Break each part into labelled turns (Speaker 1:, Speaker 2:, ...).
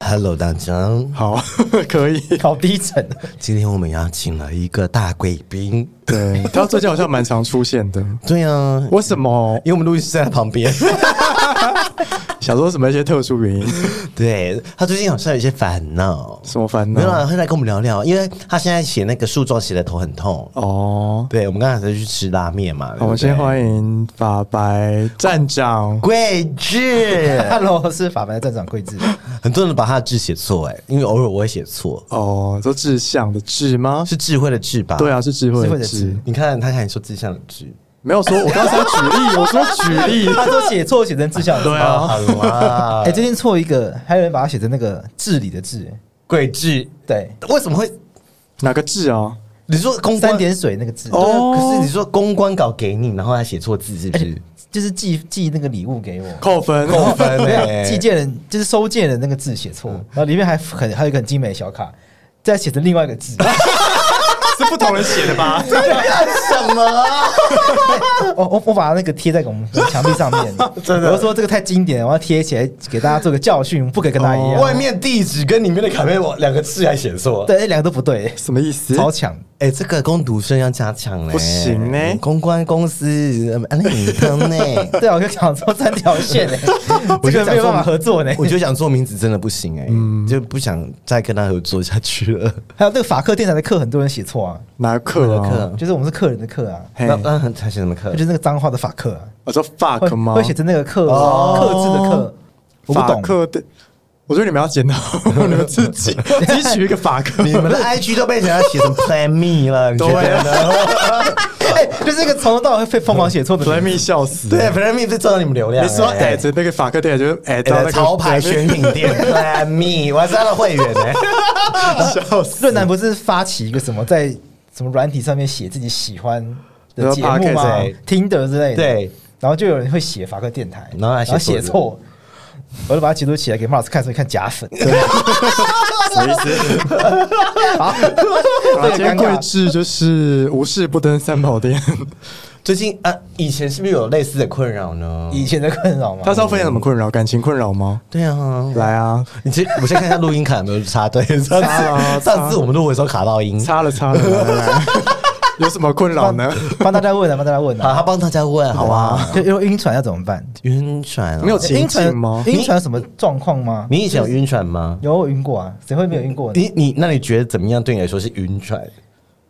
Speaker 1: Hello，大家，
Speaker 2: 好， 可以。
Speaker 3: 好低沉，
Speaker 1: 今天我们邀请了一个大贵宾。
Speaker 2: 对他最近好像蛮常出现的，
Speaker 1: 对啊，
Speaker 2: 为什么？
Speaker 1: 因为我们录音室在他旁边。
Speaker 2: 想说什么一些特殊原 因？
Speaker 1: 对他最近好像有一些烦恼，
Speaker 2: 什么烦
Speaker 1: 没有啦，
Speaker 2: 恼？
Speaker 1: 他来跟我们聊聊，因为他现在写那个诉状写的头很痛。
Speaker 2: 哦，
Speaker 1: 对，我们刚才才去吃拉面嘛。
Speaker 2: 好我们先
Speaker 1: 迎
Speaker 2: 欢迎法白站长。
Speaker 1: 桂智。
Speaker 3: Hello，是法白站长桂 智。
Speaker 1: 很多人把他的字写错，哎，因为偶尔我会写错，
Speaker 2: 哦，说志向的志吗？
Speaker 1: 是智慧的智吧？
Speaker 2: 对，啊，是智慧
Speaker 3: 智慧
Speaker 2: 的
Speaker 3: 的
Speaker 2: 智
Speaker 3: 智。
Speaker 1: 你看他看你说志向的志，
Speaker 2: 没有说，我刚才举例，我说举 例。
Speaker 3: 他说写错写成志向，
Speaker 2: 对啊
Speaker 1: 哦好啦，哎，
Speaker 3: 哎、
Speaker 1: 这
Speaker 3: 最近错一个，还有人把它写成那个治理的治，
Speaker 1: 桂智
Speaker 3: 对，
Speaker 1: 为什么会？
Speaker 2: 哪个志啊？
Speaker 1: 你说公关
Speaker 3: 三点水那个治，
Speaker 2: 哦
Speaker 1: 哦，可是你说公关稿给你，然后他写错字，是不是？
Speaker 3: 就是寄寄那个礼物 给我。
Speaker 2: 扣分，
Speaker 1: 扣分
Speaker 3: 没
Speaker 1: 哎
Speaker 3: 有，寄件人就是收件人那个字写错，
Speaker 2: 嗯
Speaker 3: 然后里面还很还有一个很精美的小卡，再写成另外一个字。
Speaker 2: 是不同人写的吧？
Speaker 1: 什么？
Speaker 3: 我我我把那个贴在我们墙壁 上面，真的。我就说这个太经典了，我要贴起来给大家做个教训，不可以跟他一样。
Speaker 1: 哦外
Speaker 2: 哦
Speaker 1: 面地址跟里面的卡片，我两个字还写错。
Speaker 3: 对，那哎两个都不对，
Speaker 2: 什么意思？
Speaker 3: 超强。
Speaker 1: 哎、这个攻读生要加强嘞，
Speaker 2: 不行呢
Speaker 1: 公关公司嗯安利汤呢，
Speaker 3: 对啊，我就想说三条线哎、欸，这个没有办法合作呢、
Speaker 1: 我就想做名字真的不行哎、就不想再跟他合作下去了。
Speaker 3: 还有那个法克电台的课，很多人写错啊，
Speaker 2: 哪课
Speaker 1: 哪
Speaker 2: 啊
Speaker 1: 课？
Speaker 3: 就是我们是客人的客啊，
Speaker 2: 嘿
Speaker 1: 那那很他写什么课
Speaker 3: 就？是那个脏话的法克啊，
Speaker 2: 我说
Speaker 3: 会
Speaker 2: 哦 fuck 吗？
Speaker 3: 会写成那个克
Speaker 1: 哦
Speaker 3: 克制的克，我不
Speaker 2: 法
Speaker 3: 懂。
Speaker 2: 克的，我觉得你们要检讨你们自 己，自己取一个法克。
Speaker 1: 你们的 IG 都被人家写成 Plan Me 了，你觉
Speaker 2: 对
Speaker 1: 得呢？
Speaker 3: 哎、就是一个从头到尾会疯狂写错 的
Speaker 2: l
Speaker 3: 人
Speaker 2: a。me 笑死。
Speaker 1: 对，，Plan Me 是赚到你们流量
Speaker 2: 你
Speaker 1: 欸。
Speaker 2: 说
Speaker 1: 哎
Speaker 2: at 那个法克店就是 at 到那
Speaker 1: 哎
Speaker 2: 个
Speaker 1: 潮牌选品店 Plan Me，我还是他的会员欸呢。
Speaker 2: 笑死。
Speaker 3: 润南不是发起一个什么在什么软体上面写自己喜欢的节目
Speaker 2: 然后 podcast，
Speaker 3: 吗
Speaker 1: 哎？
Speaker 3: 听的之类的，
Speaker 1: 对，
Speaker 3: 然后就有人会写法克电台，
Speaker 1: 然后还写错
Speaker 3: 写错，我就把它截图起来给 Mars 看，所以看假粉。
Speaker 2: 什么意思？
Speaker 3: 好，
Speaker 2: 啊
Speaker 3: 这
Speaker 2: 今
Speaker 3: 个
Speaker 2: 天
Speaker 3: 尴
Speaker 2: 贵
Speaker 3: 尬。
Speaker 2: 志就是无事不登三宝 殿，
Speaker 1: 最近啊，以前是不是有类似的困扰呢？
Speaker 3: 以前的困扰吗？
Speaker 2: 他是要分享什么困扰？感情困扰吗？
Speaker 1: 对啊，
Speaker 2: 来啊，
Speaker 1: 你先，我先看一下录音卡有没有 插对。
Speaker 2: 插
Speaker 1: 上
Speaker 2: 了啊
Speaker 1: 次上次
Speaker 2: 插
Speaker 1: 我们录的时候卡到音。
Speaker 2: 擦了擦了，来来 来，有什么困扰呢？啊
Speaker 3: 帮大家问啊，帮大家问
Speaker 1: 好，
Speaker 3: 啊。
Speaker 1: 他帮大家问好啊吧？
Speaker 3: 就因为晕船要怎么办？
Speaker 1: 晕船、哦，
Speaker 2: 没有情
Speaker 3: 晕船
Speaker 2: 境吗
Speaker 3: 晕船有什么状况吗？
Speaker 1: 你以前有晕船吗？
Speaker 3: 有我晕过啊？谁会没有晕过呢？
Speaker 1: 你你那你觉得怎么样？对你来说是晕船？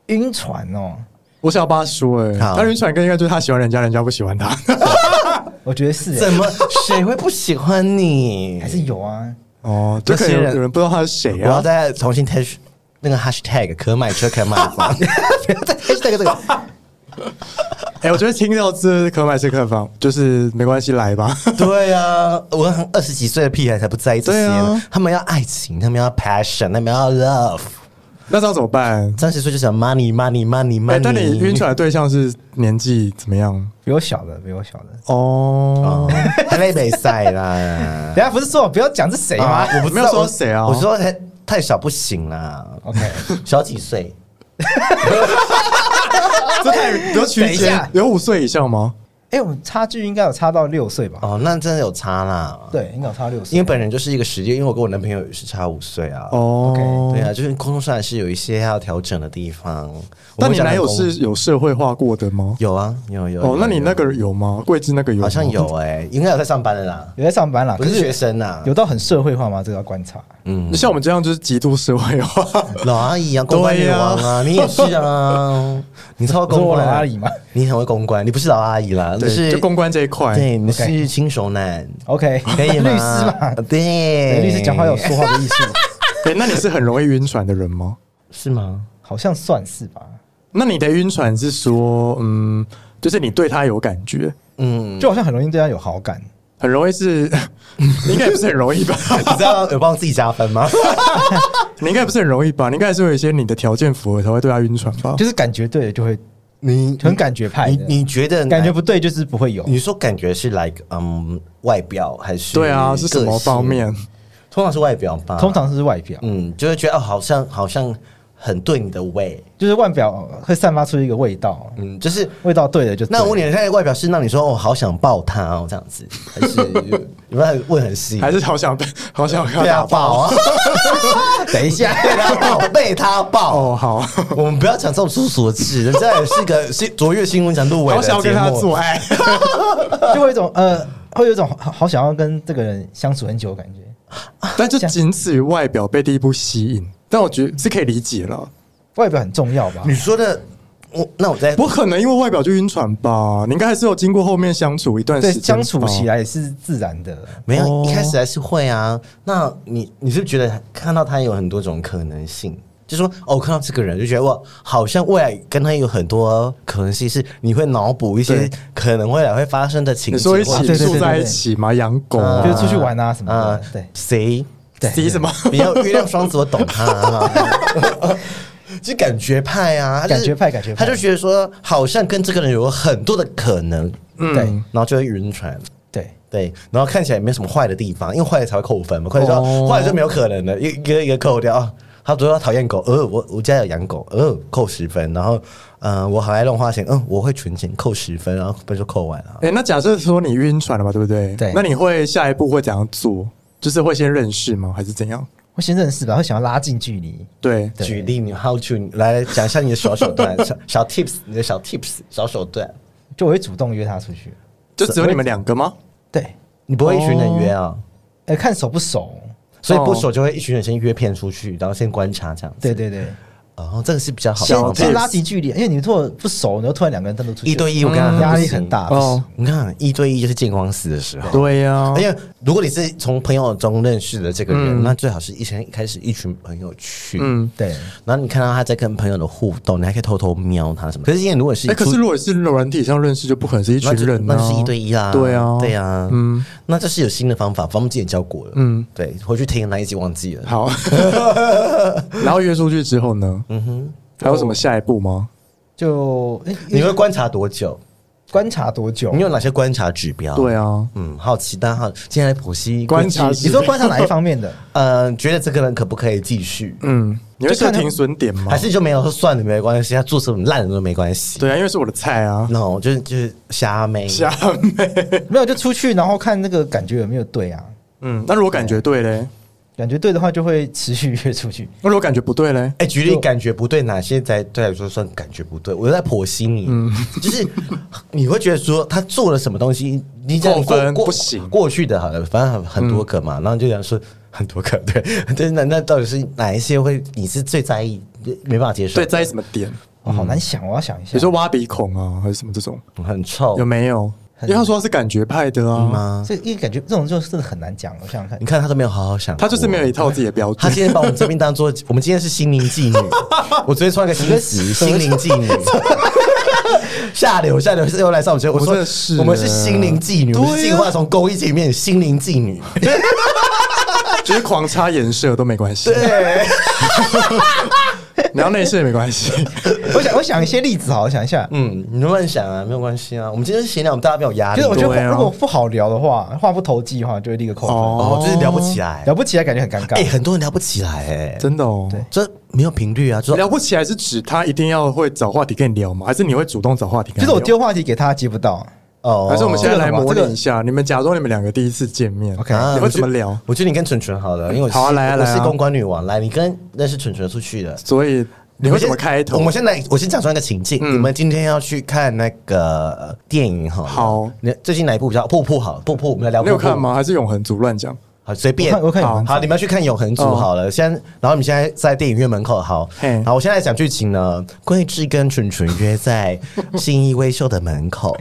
Speaker 3: 晕船哦，
Speaker 2: 我想要帮他说，哎，
Speaker 1: 好
Speaker 2: 他晕船更应该就是他喜欢人家，人家不喜欢他。
Speaker 3: 我觉得是欸，
Speaker 1: 怎么谁会不喜欢你
Speaker 3: 还？是有啊。
Speaker 2: 哦，就可能有
Speaker 1: 这些人
Speaker 2: 有人不知道他是谁
Speaker 1: 我要
Speaker 2: 啊？
Speaker 1: 再重新 hash 那个 hashtag 可买车可买 房，
Speaker 3: 不要再 hashtag 这个，
Speaker 2: 哎，我觉得听到这可买是可房，就是没关系，来吧。
Speaker 1: 对啊，我很二十几岁的屁孩才不在意这些呢
Speaker 2: 对啊
Speaker 1: 他们要爱情，他们要 passion，他们要 love。
Speaker 2: 那这样怎么办？
Speaker 1: 三十岁就想 money money money
Speaker 2: 哎、
Speaker 1: money。
Speaker 2: 但你晕船的对象是年纪怎么样？
Speaker 3: 比我小的，比我小的。
Speaker 2: 哦，
Speaker 1: 台北北赛啦。
Speaker 3: 等一下不是说不要讲是谁吗
Speaker 2: 啊？我不 知道没有说谁啊
Speaker 1: 我说太太小不行啦，
Speaker 3: OK，
Speaker 1: 小几岁？
Speaker 2: 这 太有
Speaker 3: 等
Speaker 2: 区
Speaker 3: 一
Speaker 2: 间
Speaker 3: 下，
Speaker 2: 有五岁以上吗？
Speaker 3: 哎，我们差距应该有差到六岁吧？
Speaker 1: 哦，那真的有差啦。，
Speaker 3: 对，应该有差六岁。
Speaker 1: 啊因为本人就是一个实践，因为我跟我男朋友也是差五岁啊。哦，
Speaker 2: 哦
Speaker 3: OK，
Speaker 1: 对啊，就是工作上还是有一些要调整的地方。
Speaker 2: 那你
Speaker 1: 我们讲
Speaker 2: 男友
Speaker 1: 工
Speaker 2: 是有社会化过的吗？
Speaker 1: 有啊，有有。
Speaker 2: 哦
Speaker 1: 有，
Speaker 2: 那你那
Speaker 1: 有
Speaker 2: 个有吗？桂枝那个有吗
Speaker 1: 好像有哎、应该有在上班的啦，
Speaker 3: 有在上班啦，
Speaker 1: 不
Speaker 3: 啊可
Speaker 1: 是学
Speaker 3: 是
Speaker 1: 生啦。
Speaker 3: 有到很社会化吗？这个要观察。
Speaker 1: 嗯，
Speaker 2: 像我们这样就是极度社会化，
Speaker 1: 老阿姨啊，公关女王啊，你也是啊， 你超会公
Speaker 3: 我
Speaker 1: 关
Speaker 3: 是老阿 姨吗？
Speaker 1: 你很会公关，你不是老阿姨啦，你
Speaker 2: 对，
Speaker 1: 是
Speaker 2: 就公关这一块。
Speaker 1: 对，你
Speaker 3: OK
Speaker 1: 是新手男，
Speaker 3: OK，
Speaker 1: 可以吗？
Speaker 3: 律师嘛，
Speaker 1: 对
Speaker 3: 对，律师讲话有说话的艺术，
Speaker 2: 哎、那你是很容易晕船的人吗？
Speaker 1: 是吗？
Speaker 3: 好像算是吧。
Speaker 2: 那你的晕船是说，嗯，就是你对他有感觉，
Speaker 1: 嗯，
Speaker 3: 就好像很容易对他有好感。
Speaker 2: 很容易是， 你应该也不是很容易 吧？
Speaker 1: 你知道有帮自己加分吗？
Speaker 2: 你应该不是很容易吧？你应该还是会有一些你的条件符合才会对他晕船吧？
Speaker 3: 就是感觉对了就会
Speaker 1: 你
Speaker 3: 很感觉派
Speaker 1: 哦你
Speaker 3: 的，
Speaker 1: 你嗯觉得
Speaker 3: 感觉不对就是不会有。
Speaker 1: 你说感觉是 like 嗯外表还是
Speaker 2: 对啊，是什
Speaker 1: 个
Speaker 2: 么
Speaker 1: 性
Speaker 2: 方？面？
Speaker 1: 通常是外表吧，
Speaker 3: 通常是外表，
Speaker 1: 嗯，就会觉得哦，好像好像很对你的胃，
Speaker 3: 就是外表会散发出一个味道，
Speaker 1: 嗯，就是
Speaker 3: 味道对了就对
Speaker 1: 那我问你，现在外表是让你说哦，好想抱他哦，这样子，还是有有没有问很细？
Speaker 2: 还是好想
Speaker 3: 嗯
Speaker 2: 被，好想看
Speaker 1: 对
Speaker 2: 他
Speaker 1: 啊，
Speaker 2: 打
Speaker 1: 抱啊，
Speaker 3: 等一下，
Speaker 1: 对啊，抱被他抱。
Speaker 2: 哦，好，
Speaker 1: 我们不要讲这种粗俗的字，人家也是个新卓越新闻奖入围
Speaker 2: 好
Speaker 1: 的节目。
Speaker 2: 想要跟他做啊爱。
Speaker 3: 就会有一种呃，会有一种好好想要跟这个人相处很久的感觉。
Speaker 2: 但就仅此于外表被第一步吸引，但我觉得是可以理解了。
Speaker 3: 外表很重要吧
Speaker 1: 你？说的，我那我
Speaker 3: 嗯
Speaker 1: 再
Speaker 2: 不可能因为外表就晕船吧？你应该还是有经过后面相处一段
Speaker 3: 对，
Speaker 2: 时间，
Speaker 3: 相处起。来也是自然的。
Speaker 1: 没有、
Speaker 2: 哦
Speaker 1: 一开始还是会啊。那你你是不是觉得看到他有很多种可能性？就说哦，看到这个人就觉得哇，好像未来跟他有很多可能性，是你会脑补一些
Speaker 2: 对
Speaker 1: 可能未来会发生的情
Speaker 2: 你
Speaker 1: 景
Speaker 2: 说
Speaker 1: 或
Speaker 2: 一
Speaker 1: 者是。
Speaker 2: 起
Speaker 3: 对对
Speaker 2: 住
Speaker 3: 对
Speaker 2: 在一
Speaker 3: 对
Speaker 2: 起吗？养狗
Speaker 1: 啊
Speaker 3: 就是出去玩啊什么的
Speaker 1: 啊
Speaker 3: 对
Speaker 1: 谁
Speaker 3: 对，
Speaker 2: 急什么？
Speaker 1: 比较月亮双子，我懂他、 啊。就感觉派啊，他就是
Speaker 3: 感觉派感觉派
Speaker 1: 他就觉得说，好像跟这个人有很多的可能，
Speaker 3: 对
Speaker 1: 然后就会晕船。
Speaker 3: 对，
Speaker 1: 对，然后看起来也没什么坏的地方，因为坏的才会扣分嘛，坏的就、
Speaker 2: 哦
Speaker 1: 坏的就没有可能了，一一个一个扣掉。啊他说他讨厌狗，呃，我我家有养狗，呃，扣十分。然后，嗯、我很爱乱花钱，嗯、我会存钱，扣十分，然后分就扣完了。
Speaker 2: 哎、那假设说你晕船了嘛，对不对？
Speaker 3: 对
Speaker 2: 那你会下一步会怎样做？就是会先认识吗？还是怎样？
Speaker 3: 会先认识吧，会想要拉近距离。
Speaker 2: 对，
Speaker 3: 对
Speaker 1: 举例，你 how to 你来讲一下你的小手段，小小 tips，你的小 tips，小手段。
Speaker 3: 就我会主动约他出去。
Speaker 2: 就只有你们两个吗？
Speaker 3: 对，
Speaker 1: 你不会一群人约啊，
Speaker 3: 呃，看熟不熟。
Speaker 1: 所以不熟就会一群人先约骗出去，然后先观察这样子。
Speaker 3: 对对对，
Speaker 1: 哦，这个是比较好的方
Speaker 3: 先
Speaker 1: 法，
Speaker 3: 先拉近距离，因为你如果不熟，然后突然两个人单独出去，嗯
Speaker 1: 一对一，我跟他
Speaker 3: 压力很。大。
Speaker 2: 哦
Speaker 3: 哦，
Speaker 1: 你看一对一就是见光死的时候。
Speaker 2: 对呀、
Speaker 1: 而且，如果你是从朋友中认识的这个
Speaker 2: 嗯
Speaker 1: 人，那最好是一先开始一群朋友去，
Speaker 2: 嗯，
Speaker 3: 对，
Speaker 1: 然后你看到他在跟朋友的互动，你还可以偷偷瞄他什么。可是，因为如果是
Speaker 2: 哎、可
Speaker 1: 出
Speaker 2: 是如果是软体上认识，就不可能是一群
Speaker 1: 那就
Speaker 2: 人、啊
Speaker 1: 那就是一对一啊，
Speaker 2: 对啊，
Speaker 1: 对啊，嗯
Speaker 2: 嗯，
Speaker 1: 那这是有新的方法，方木之前教过了，嗯
Speaker 2: 嗯，
Speaker 1: 对，回去听那一集忘记了。
Speaker 2: 好，然后约出去之后呢？嗯哼，还有什么下一步吗？
Speaker 3: 就哎
Speaker 1: 你会观察多久？
Speaker 3: 观察多久
Speaker 1: 你？有哪些观察指标？
Speaker 2: 对，啊，
Speaker 1: 嗯，好奇，但好，今天来剖析
Speaker 2: 观察
Speaker 1: 估计
Speaker 2: 指
Speaker 3: 你说观察哪一方 面的？
Speaker 1: 呃，觉得这个人可不可以继续，
Speaker 2: 嗯，你会
Speaker 3: 就
Speaker 2: 设
Speaker 3: 看他
Speaker 2: 停损点吗
Speaker 1: 还？是就没有说算了没关系，他做什么烂人都没关系。
Speaker 2: 对啊，因为是我的菜啊，
Speaker 1: 那我就是就是瞎妹，
Speaker 2: 虾妹。
Speaker 3: 没有，就出去然后看那个感觉有没有对啊。
Speaker 2: 嗯，那如果感觉对嘞，
Speaker 3: 感觉对的话，就会持续约出去。
Speaker 2: 那如果感觉不对嘞，
Speaker 1: 哎、举例感觉不对，哪些才对来说算感觉不对？我在剖析你，
Speaker 2: 嗯
Speaker 1: 就是你会觉得说他做了什么东西，你讲
Speaker 2: 扣分
Speaker 1: 过
Speaker 2: 不行
Speaker 1: 过去的好了，反正很很多个嘛，然后就想说很多个，对， 就是那那到底是哪一些会你是最在意，没办法接受？
Speaker 2: 对，在意什么点？
Speaker 3: 哦，
Speaker 1: 嗯
Speaker 3: 好难想，我要想一下。
Speaker 2: 比如说挖鼻孔啊，还是什么这种，
Speaker 1: 很
Speaker 3: 哦
Speaker 1: 臭
Speaker 2: 有没有？因为他说他是感觉派的
Speaker 3: 嗯
Speaker 2: 啊，
Speaker 1: 吗？
Speaker 3: 这因为感觉这种就真的很难讲。我想想看
Speaker 1: 你，看他都没有好好想过，
Speaker 2: 他就是没有一套自己的标
Speaker 1: 他
Speaker 2: 准。
Speaker 3: 嗯
Speaker 1: 今天把我们这边当做， 我们今天是心灵 妓女。我昨天穿了个新词，心灵妓女。下流下流是又来上我们节目，我
Speaker 2: 我真
Speaker 1: 说
Speaker 2: 的是啊
Speaker 1: 我们是心灵妓女，我们是
Speaker 2: 对啊
Speaker 1: 进化从勾一姐面心灵妓女。
Speaker 2: 就是狂插颜色都没关系，
Speaker 1: 对，
Speaker 2: 你要内射也没关系。
Speaker 3: 我想我想一些例子，好，我想一下。
Speaker 1: 嗯，你乱想啊，没有关系啊。我们今天是闲聊，我们大家不要有压
Speaker 3: 就
Speaker 1: 力
Speaker 3: 是。我觉
Speaker 2: 对
Speaker 3: 得
Speaker 2: 啊
Speaker 3: 如果不好聊的话，话不投机的话，就会立刻扣分。
Speaker 2: 哦
Speaker 1: 哦，就是聊不起来。
Speaker 3: 聊不起来，感觉很尴
Speaker 1: 哎，
Speaker 3: 尬。
Speaker 1: 很多人聊不起来，哎，
Speaker 2: 真的哦，
Speaker 3: 对
Speaker 1: 这没有频率啊，就是
Speaker 2: 聊不起来是指他一定要会找话题跟你聊吗？还是你会主动找话题跟
Speaker 3: 就
Speaker 2: 他
Speaker 3: 是
Speaker 2: 聊？
Speaker 3: 我丢话题给他，接不到。
Speaker 1: 哦
Speaker 2: 还是我们现在来
Speaker 3: 这个什么
Speaker 2: 模
Speaker 3: 这个
Speaker 2: 拟一下，你们假装你们两个第一次见面
Speaker 3: OK 啊
Speaker 2: 你会怎么聊？
Speaker 1: 啊我觉得你跟蠢蠢好了，因为我是
Speaker 2: 好啊来啊
Speaker 1: 我
Speaker 2: 来
Speaker 1: 是
Speaker 2: 啊
Speaker 1: 公关女王，来，你跟认识蠢蠢出去的，
Speaker 2: 所以你会怎么开
Speaker 1: 我
Speaker 2: 头嗯
Speaker 1: 们？先来，我先讲出那个情境。你们今天要去看那个呃电影哈？
Speaker 2: 好，
Speaker 1: 你最近哪一部比较？瀑布好，瀑布，我们来聊
Speaker 2: 你
Speaker 1: 瀑
Speaker 2: 有
Speaker 1: 布。
Speaker 2: 看？吗？还是永恒族乱讲？
Speaker 1: 好，随便。
Speaker 3: 我看我看有
Speaker 1: 好，
Speaker 3: 很
Speaker 1: 好，你们要去看《永恒族》
Speaker 2: 哦
Speaker 1: 好了。先，然后你们现在在电影院门口。好
Speaker 2: 嘿，
Speaker 1: 好，我现在讲剧情呢。桂智跟蠢蠢约在信义威秀的门 口，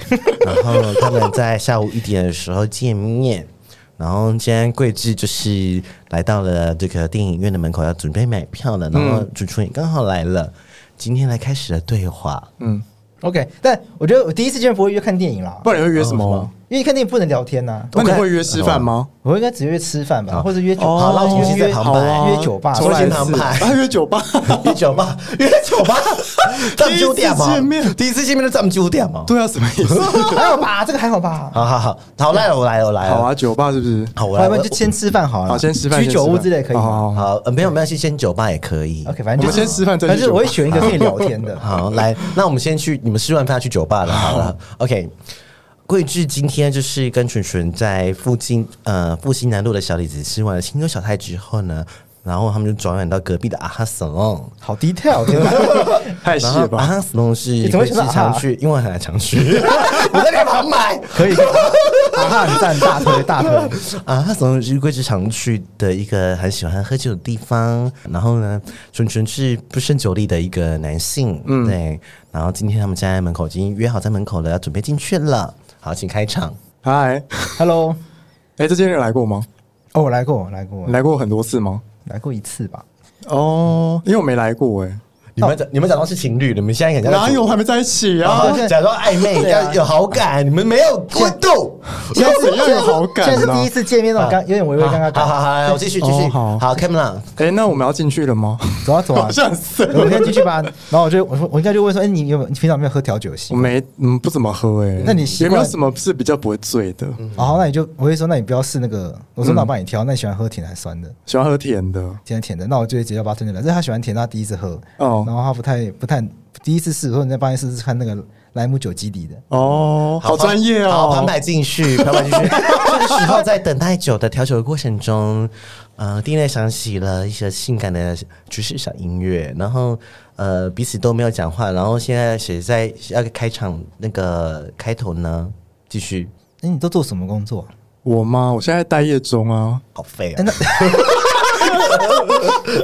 Speaker 1: 然后他们在下午一点的时候见面。然后今天桂智就是来到了这个电影院的门口，要
Speaker 2: 嗯
Speaker 1: 准备买票了。然后蠢蠢也刚好来了，今天来开始了对话。
Speaker 2: 嗯，
Speaker 3: OK，但我觉得我第一次见不会约看电影啦，
Speaker 2: 不然你会约什么吗？
Speaker 3: 因为看电影不能聊天呐。
Speaker 2: 那你会约吃饭吗？
Speaker 3: 我应该只约吃饭吧，
Speaker 1: 好
Speaker 3: 或者约酒
Speaker 2: 哦
Speaker 3: 吧。
Speaker 1: 好那我们现在
Speaker 3: 约
Speaker 1: 旁
Speaker 2: 好啊，
Speaker 3: 约酒吧
Speaker 2: 重来一次
Speaker 1: 重新安排
Speaker 2: 啊，约酒吧。
Speaker 1: 约 酒吧，约酒吧，咱们九点嘛
Speaker 2: 第一次见面，
Speaker 1: 第一次见面就咱们九点嘛。
Speaker 2: 对啊，什么意思？
Speaker 3: 还好吧，这个还好吧。
Speaker 1: 好好好，好来了，我来了，我来了。
Speaker 2: 好，啊，酒吧是不是？
Speaker 1: 好，我
Speaker 3: 要
Speaker 1: 来
Speaker 3: 不
Speaker 1: 了
Speaker 3: 然。就先吃饭好了，
Speaker 2: 好，先吃饭。
Speaker 3: 啊居酒屋之类可以
Speaker 2: 好
Speaker 3: 吗
Speaker 2: 好好，
Speaker 1: 好，呃，没有没有，先先酒吧也可以。
Speaker 3: ？OK，反正
Speaker 2: 我们
Speaker 3: 就是
Speaker 2: 先吃饭再去
Speaker 3: 反正
Speaker 2: 酒吧
Speaker 3: 我会选一个可以聊天 的。
Speaker 1: 好，来，那我们先去，你们吃完饭去酒吧了，好了。OK，桂智今天就是跟纯纯在附近呃复兴南路的小李子吃完了青州小菜之后呢，然后他们就转转到隔壁的阿哈斯隆。
Speaker 3: 好 detail，天 哪
Speaker 2: 太细
Speaker 1: 然后
Speaker 2: 了
Speaker 1: 阿
Speaker 2: 吧？
Speaker 1: 哈斯隆是
Speaker 3: 你怎
Speaker 1: 桂
Speaker 3: 么会
Speaker 1: 智
Speaker 3: 想到阿哈
Speaker 1: 常去，因为我很常 去，我在那旁买。
Speaker 3: 可 以，可以啊哈，很赞，大 推大推。
Speaker 1: 啊，他从日桂之常去的一个很喜欢喝酒的地方，然后呢，纯纯是不胜酒力的一个男性，嗯，对。然后今天他们站在门口，已经约好在门口了，要准备进去了。好，请开场。
Speaker 2: 嗨，
Speaker 3: Hello，
Speaker 2: 哎，这间人来过吗？
Speaker 3: 哦，我来过，我来过，我
Speaker 2: 你来过很多次吗？
Speaker 3: 来过一次 吧。
Speaker 2: 哦，因为我没来过哎，
Speaker 1: 你们、你们假装是情侣，你们现在假装
Speaker 2: 哪有还没在一起
Speaker 1: 啊
Speaker 2: 啊？
Speaker 1: 假装暧昧，
Speaker 3: 对啊
Speaker 1: 要有好感，你们没有温度。
Speaker 2: 要怎样有好啊
Speaker 3: 现在
Speaker 2: 感
Speaker 3: 是
Speaker 2: 呢
Speaker 3: 第一？次见面，那我刚有点微微尴尬
Speaker 1: 好
Speaker 3: 感。
Speaker 1: 好好，来我继续继续。
Speaker 2: 哦好
Speaker 1: 好，Camera，
Speaker 2: 哎，那我们要进去了吗？
Speaker 3: 走啊走啊
Speaker 2: 好，像是
Speaker 3: 我们先继续吧。然后我就我说我应该就问说，哎，你有没有你平常有没有喝调酒的习
Speaker 2: 我
Speaker 3: 惯？
Speaker 2: 没，嗯，不怎么喝哎。
Speaker 3: 那你习
Speaker 2: 有没有
Speaker 3: 惯嗯
Speaker 2: 什么是比较不会醉的？
Speaker 3: 然后那你就我会说，那你不要试那个，我说那我帮你挑，那你喜欢喝甜还是酸的？
Speaker 2: 喜欢喝甜的，
Speaker 3: 甜的甜的，那我就会直接把它推荐来。但是他喜欢甜，他第一次喝，
Speaker 2: 哦
Speaker 3: 然后他不太不太第一次试，我说你再帮你试试看那个莱姆酒基底的。
Speaker 2: 哦，好专业
Speaker 1: 好，
Speaker 2: 哦
Speaker 1: 旁。白进去，旁白进 去。这个时候，在等待酒的调酒的过程中，呃，店内响起了一些性感的爵士小音乐，然后呃，彼此都没有讲话，然后现在谁在要开场那个开头呢？继续，
Speaker 3: 哎，你都做什么工作啊？
Speaker 2: 我吗？我现在待业中啊。
Speaker 1: 好废啊！
Speaker 3: 哎，那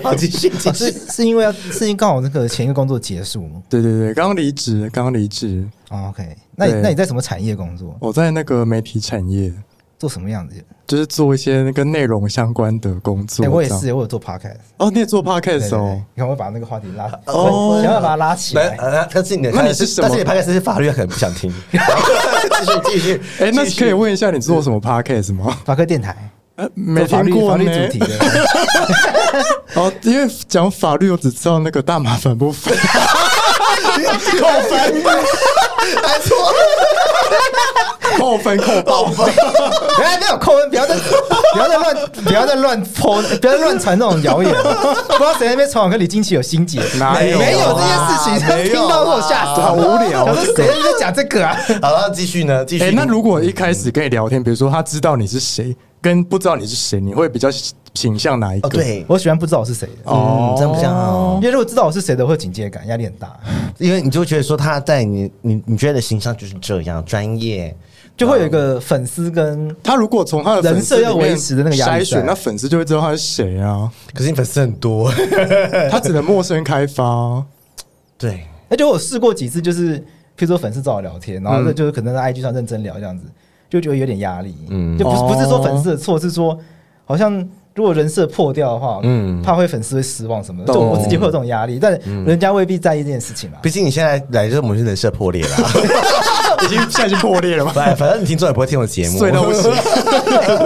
Speaker 1: 好，继续，继
Speaker 3: 啊是
Speaker 1: 续。
Speaker 3: 是因为要是因为刚好那个前一个工作结束吗？
Speaker 2: 对对对，刚离职，刚离职，
Speaker 3: 哦，OK，那你
Speaker 2: 对
Speaker 3: 那你在什么产业工作？
Speaker 2: 我在那个媒体产业，
Speaker 3: 做什么样子？
Speaker 2: 就是做一些跟内容相关的工作。
Speaker 3: 哎，我也
Speaker 2: 这样
Speaker 3: 是，我有做 podcast，
Speaker 2: 哦，你也做
Speaker 3: 对对
Speaker 2: podcast
Speaker 3: 对
Speaker 2: 哦？
Speaker 3: 你看我把那个话题拉，
Speaker 1: 哦
Speaker 3: 想要把它拉起
Speaker 1: 来，
Speaker 3: 来。
Speaker 1: 呃但是你的，
Speaker 2: 那你是什么
Speaker 1: 但是你拍的是法律，很不想听。继续，继续。
Speaker 2: 哎，那
Speaker 1: 继续
Speaker 2: 可以问一下你做什么 podcast 吗？
Speaker 3: 法科电台
Speaker 2: 呃，
Speaker 3: 做
Speaker 2: 没
Speaker 3: 法
Speaker 2: 听
Speaker 3: 律
Speaker 2: 过
Speaker 3: 法
Speaker 2: 呢
Speaker 3: 律。主题 的，
Speaker 2: 哦，因为讲法律，我只知道那个大麻烦不烦。
Speaker 1: 扣分，还错。
Speaker 2: 扣分扣爆分。
Speaker 3: 哎，没有扣分，不要再不要再乱不要再乱泼，不要再乱传那种谣言了。不知道谁在那边传我跟李金奇有心结，
Speaker 2: 哪有啊
Speaker 3: 没有这件事情，
Speaker 1: 没有啊
Speaker 3: 听到后吓死，
Speaker 2: 好无 聊
Speaker 3: 我说谁在那边讲这个啊？
Speaker 1: 好了，继续呢，继续。
Speaker 2: 哎，那如果一开始跟你聊天，比如说他知道你是谁，跟不知道你是谁，你会比较倾向哪一个？
Speaker 1: 哦，，对，
Speaker 3: 我喜欢不知道我是谁的，
Speaker 1: 嗯，这样不像哦
Speaker 3: 因，为如果知道我是谁的，会有警戒感，压力很大，
Speaker 1: 因为你就觉得说他在你你你觉得形象就是这样，专业
Speaker 3: 就会有一个粉丝跟
Speaker 2: 他如果从他的粉丝
Speaker 3: 人设要
Speaker 2: 里面
Speaker 3: 维持的那个啊压力
Speaker 2: 筛选，
Speaker 3: 在
Speaker 2: 那粉丝就会知道他是谁啊。
Speaker 1: 可是你粉丝很多，
Speaker 2: 他只能陌生开发 啊。
Speaker 1: 对，
Speaker 3: 而哎且我有试过几次，就是譬如说粉丝找我聊天，然后这就是可能在 IG 上认真聊这样子，就觉得有点压力。
Speaker 1: 嗯
Speaker 3: 嗯，就不是不是说
Speaker 2: 哦
Speaker 3: 粉丝的错，是说好像如果人设破掉的话，
Speaker 1: 嗯
Speaker 3: 嗯，怕会粉丝会失望什么的，
Speaker 2: 懂
Speaker 3: 就我自己会有这种压力，但人家未必在意这件事情啊。
Speaker 1: 毕竟你现在来就是我们是人设破裂了，
Speaker 2: 已经现在已经破裂了吗？
Speaker 1: 反反正你听众也不会听我节
Speaker 3: 哎
Speaker 1: 目，
Speaker 2: 碎到不行。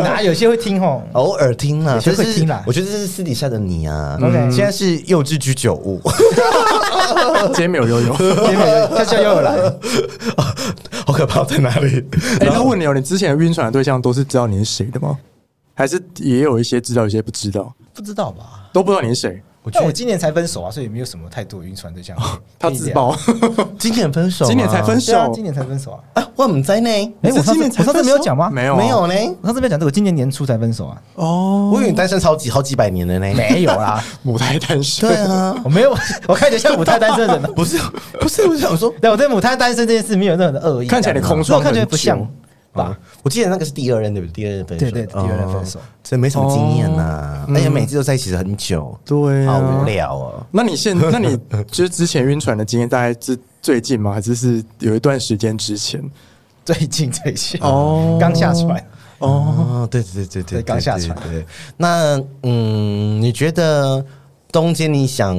Speaker 3: 哪啊有些会听哦吼？
Speaker 1: 偶尔听啦，
Speaker 3: 有些
Speaker 1: 这
Speaker 3: 会
Speaker 1: 是
Speaker 3: 听啦
Speaker 1: 我觉得这是私底下的你啊。
Speaker 3: OK
Speaker 1: 现在是幼稚居酒屋，
Speaker 2: 今天没有悠 悠。
Speaker 3: 也没有下下又有来，
Speaker 1: 好可怕，在哪里？
Speaker 2: 哎、那问你哦，你之前晕船的对象都是知道你是谁的吗？还是也有一些知道，有些不知道，
Speaker 3: 不知道吧？
Speaker 2: 都不知道你是谁？
Speaker 1: 我觉
Speaker 3: 但我
Speaker 1: 得
Speaker 3: 今年才分手啊，所以没有什么太多晕船对象。
Speaker 2: 他自爆，
Speaker 1: 今年分手吗，
Speaker 2: 今年才分
Speaker 3: 对啊
Speaker 2: 手，，
Speaker 3: 今年才分手啊！
Speaker 1: 啊，我们在呢。
Speaker 3: 哎，
Speaker 2: 你
Speaker 3: 我
Speaker 2: 是今
Speaker 3: 上次
Speaker 2: 年才
Speaker 3: 我上次
Speaker 2: 分
Speaker 3: 没有
Speaker 2: 手
Speaker 3: 讲吗？
Speaker 2: 没有啊嗯
Speaker 1: 没有呢，啊
Speaker 3: 我上次没有讲这个，我今年年初才分手啊。
Speaker 2: 哦，
Speaker 1: 我以为你单身好几好几百年了呢。
Speaker 3: 没有啦，
Speaker 2: 母胎单身，
Speaker 1: 对啊，
Speaker 3: 我没有， 我看起来像母胎单身的人啊。
Speaker 1: 不是不是，我想说，
Speaker 3: 对，我对母胎单身这件事没有任何的恶意。
Speaker 2: 看起来你空
Speaker 3: 所以
Speaker 2: 窗
Speaker 3: 啊我看起来不像
Speaker 2: 很久嗯
Speaker 3: 吧？
Speaker 1: 我记得那个是第二任对不对？第二任分手，
Speaker 3: 对对第二任分手
Speaker 1: 哦所以没什么经验呐、而且每次都在一起很久，
Speaker 2: 对
Speaker 1: 好无
Speaker 2: 啊。
Speaker 1: 聊哦。
Speaker 2: 那你现，那你就是之前晕船的经验，大概是最近吗？还是是有一段时间之前？
Speaker 3: 最近最近
Speaker 2: 哦
Speaker 3: 刚下船，
Speaker 1: 哦，对对对对对，
Speaker 3: 对刚下
Speaker 1: 对
Speaker 3: 船
Speaker 1: 对对那嗯，你觉得中间你想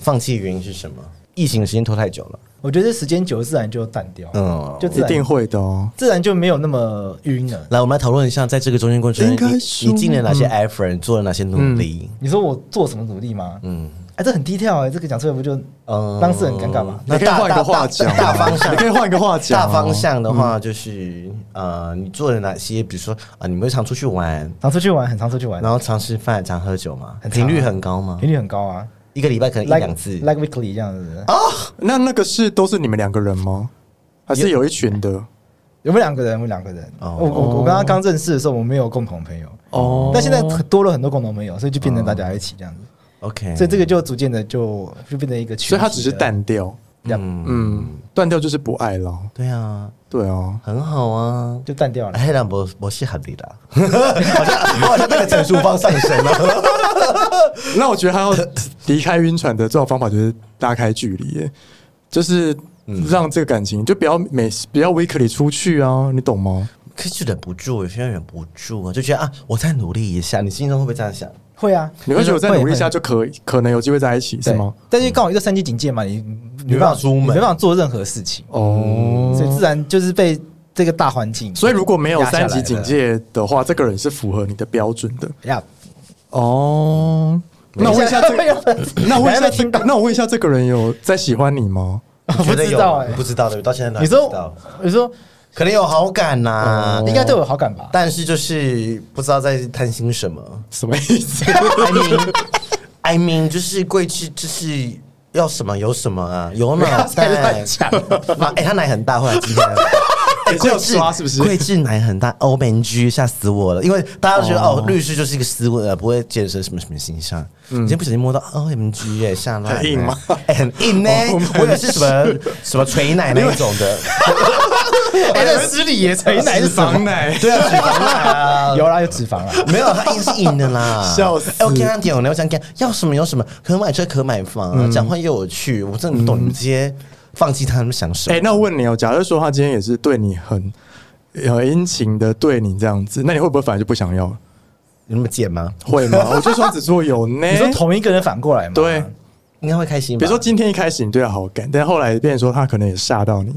Speaker 1: 放弃的原因是什么？疫情的时间拖太久了，
Speaker 3: 我觉得时间久了自然就淡掉，
Speaker 1: 嗯，
Speaker 3: 就
Speaker 2: 一
Speaker 3: 自然
Speaker 2: 定会嗯的哦。
Speaker 3: 自然就没有那么晕了。
Speaker 1: 来，我们来讨论一下，在这个中间过程
Speaker 2: 应该
Speaker 1: 中，你
Speaker 2: 是
Speaker 1: 你尽了哪些 effort，、做了哪些努力？
Speaker 3: 你说我做什么努力吗？嗯，哎，这很低调哎，这个讲出来不就
Speaker 1: 嗯
Speaker 3: 当事人尴尬吗？
Speaker 2: 你可以换一个话讲 啊，
Speaker 1: 大方向
Speaker 2: 你可以换一个话讲啊。
Speaker 1: 大方向的
Speaker 3: 嗯
Speaker 1: 话，就是、呃，你做了哪些？比如说啊、你们会常出去玩，
Speaker 3: 常出去玩，很常出去玩
Speaker 1: 然，后常吃饭、常喝酒吗？
Speaker 3: 很常啊
Speaker 1: 频率很高吗
Speaker 3: 频？率很高啊
Speaker 1: 一个礼拜可能一
Speaker 3: ，like
Speaker 1: 两次。
Speaker 3: like weekly 这样子。
Speaker 2: 啊那那个是都是你们两个人吗？还是有一群的？
Speaker 3: 有没有两个人？有没有两个人？
Speaker 1: 哦
Speaker 3: 我我我跟他刚认识的时候，我们没有共同朋友，
Speaker 2: 哦
Speaker 3: 但现在多了很多共同朋友，所以就变成大家一起这样子。
Speaker 1: OK，
Speaker 3: 所以这个就逐渐的就就变成一个群体
Speaker 2: 所以
Speaker 3: 的，
Speaker 2: 他只是淡掉，
Speaker 3: 掉，
Speaker 2: 嗯，断掉就是不爱了。
Speaker 1: 对啊，
Speaker 2: 对啊，
Speaker 1: 很好啊。
Speaker 3: 就淡掉了。
Speaker 1: 黑兰博博是合理
Speaker 3: 啊
Speaker 1: 的， 好像我好像那个陈淑芳上身 了。
Speaker 2: 那我觉得他要离开晕船的最好方法就是拉开距离耶，就是
Speaker 3: 嗯
Speaker 2: 让这个感情就不要每不要 weekly 出去啊，你懂吗？
Speaker 1: 可是就忍不住，有些人忍不住啊，就觉得啊，我再努力一下。你心中会不会这样 想？
Speaker 3: 会啊，
Speaker 2: 你会觉得我再努力一下
Speaker 3: 会
Speaker 2: 就可以可能有机会在一起是
Speaker 3: 对
Speaker 2: 吗？？
Speaker 3: 但是刚好一个三级警戒嘛，你你
Speaker 1: 没办法出门
Speaker 3: 你没办法做任何事情，
Speaker 2: 哦，
Speaker 3: 所以自然就是被这个大环境。
Speaker 2: 所以如果没有
Speaker 3: 压下来
Speaker 2: 三
Speaker 3: 了
Speaker 2: 级警戒的话，这个人是符合你的标准的
Speaker 3: 呀，
Speaker 2: 哦。那我问一下 这个， 那我问一下这个，那我问一下这个人有在喜欢你吗？
Speaker 1: 我
Speaker 3: 不知道哎
Speaker 1: 不知道的，到现在都还
Speaker 3: 你
Speaker 1: 不知
Speaker 3: 说哦
Speaker 1: 道，
Speaker 3: 你说
Speaker 1: 可能有好感呐、
Speaker 3: 应该对我有好感吧？
Speaker 1: 但是就是不知道在贪心什么。
Speaker 2: 什么意思？
Speaker 1: I mean，I mean，就是贵气，就是要什么有什么啊，有
Speaker 3: 不要
Speaker 1: 脑
Speaker 3: 再
Speaker 1: 袋。
Speaker 3: 乱讲
Speaker 1: 妈哎、他奶很大，后来 今天。哎
Speaker 2: 这
Speaker 1: 桂
Speaker 2: 样
Speaker 1: 智
Speaker 2: 刷是不是
Speaker 1: 桂智奶很大，O M G，吓死我了！因为大家都觉得哦
Speaker 2: 哦嗯
Speaker 1: 律师就是一个斯文呃，不会健身什么什么形象。今天不小心摸到 O M G，哎，吓烂了！
Speaker 2: 很硬吗
Speaker 1: 哎，很硬呢、
Speaker 2: 哦
Speaker 1: 我以为是 什么什么锤奶那一种的，
Speaker 3: 哎，那失礼耶，谁 奶是什么？
Speaker 2: 奶，
Speaker 1: 对啊，脂肪奶啊，
Speaker 3: 有啦，有脂肪啦。
Speaker 1: 没有，他硬是硬的啦，
Speaker 2: 笑死
Speaker 1: 哎、我跟他点，我聊想跟他要什么有什么，可买车可买房、
Speaker 3: 嗯
Speaker 1: 啊，讲、话又有趣，我真的不懂你们这些放弃他们想什
Speaker 2: 哎、
Speaker 1: 么？
Speaker 2: 那我问你哦，假如说他今天也是对你很很殷勤的对你这样子，那你会不会反而就不想要了？
Speaker 1: 有那么贱吗？
Speaker 2: 会 吗？我就双子座有呢。
Speaker 3: 你说同一个人反过来吗？
Speaker 2: 哎对，
Speaker 1: 应该会开心
Speaker 2: 啊
Speaker 1: 吧？
Speaker 2: 比如说今天一开始你对他好感，但后来变成说他可能也吓到你，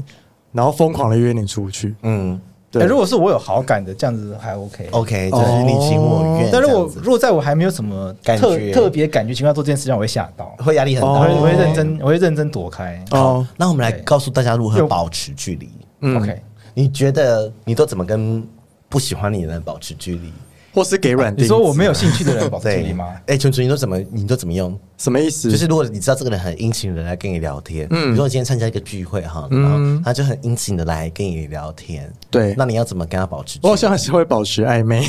Speaker 2: 然后疯狂的约你出去。
Speaker 1: 嗯
Speaker 2: 对，
Speaker 3: 哎如果是我有好感的，这样子还 OK。
Speaker 1: ，OK，就是你情我愿、
Speaker 3: 哦但
Speaker 1: 但
Speaker 3: 是
Speaker 1: 是
Speaker 3: 我
Speaker 1: 我
Speaker 3: 如果在我还没有什么
Speaker 1: 感
Speaker 3: 特
Speaker 1: 觉
Speaker 3: 特别感觉情况下做这件事情，我会吓到，
Speaker 1: 会压力很大。
Speaker 2: 哦
Speaker 3: 我会我会认真，我会认真躲开。
Speaker 2: 哦，
Speaker 1: 那我们来告诉大家如何
Speaker 3: 有
Speaker 1: 保持距离。
Speaker 3: OK，
Speaker 1: 你觉得你都怎么跟不喜欢你的人保持距离？
Speaker 2: 或是给软钉子，
Speaker 3: 你说我没有兴趣的人保持距离
Speaker 1: 对
Speaker 3: 吗？？
Speaker 1: 哎、纯纯，你都怎么你都怎么用？
Speaker 2: 什么意思？
Speaker 1: 就是如果你知道这个人很殷勤的来跟你聊天，嗯，比如说你今天参加一个聚会哈，
Speaker 2: 嗯
Speaker 1: 然后他就很殷勤的来跟你聊天，
Speaker 2: 对
Speaker 1: 那你要怎么跟他保持距
Speaker 2: 我
Speaker 1: 离？
Speaker 2: 好像还是会保持暧 昧。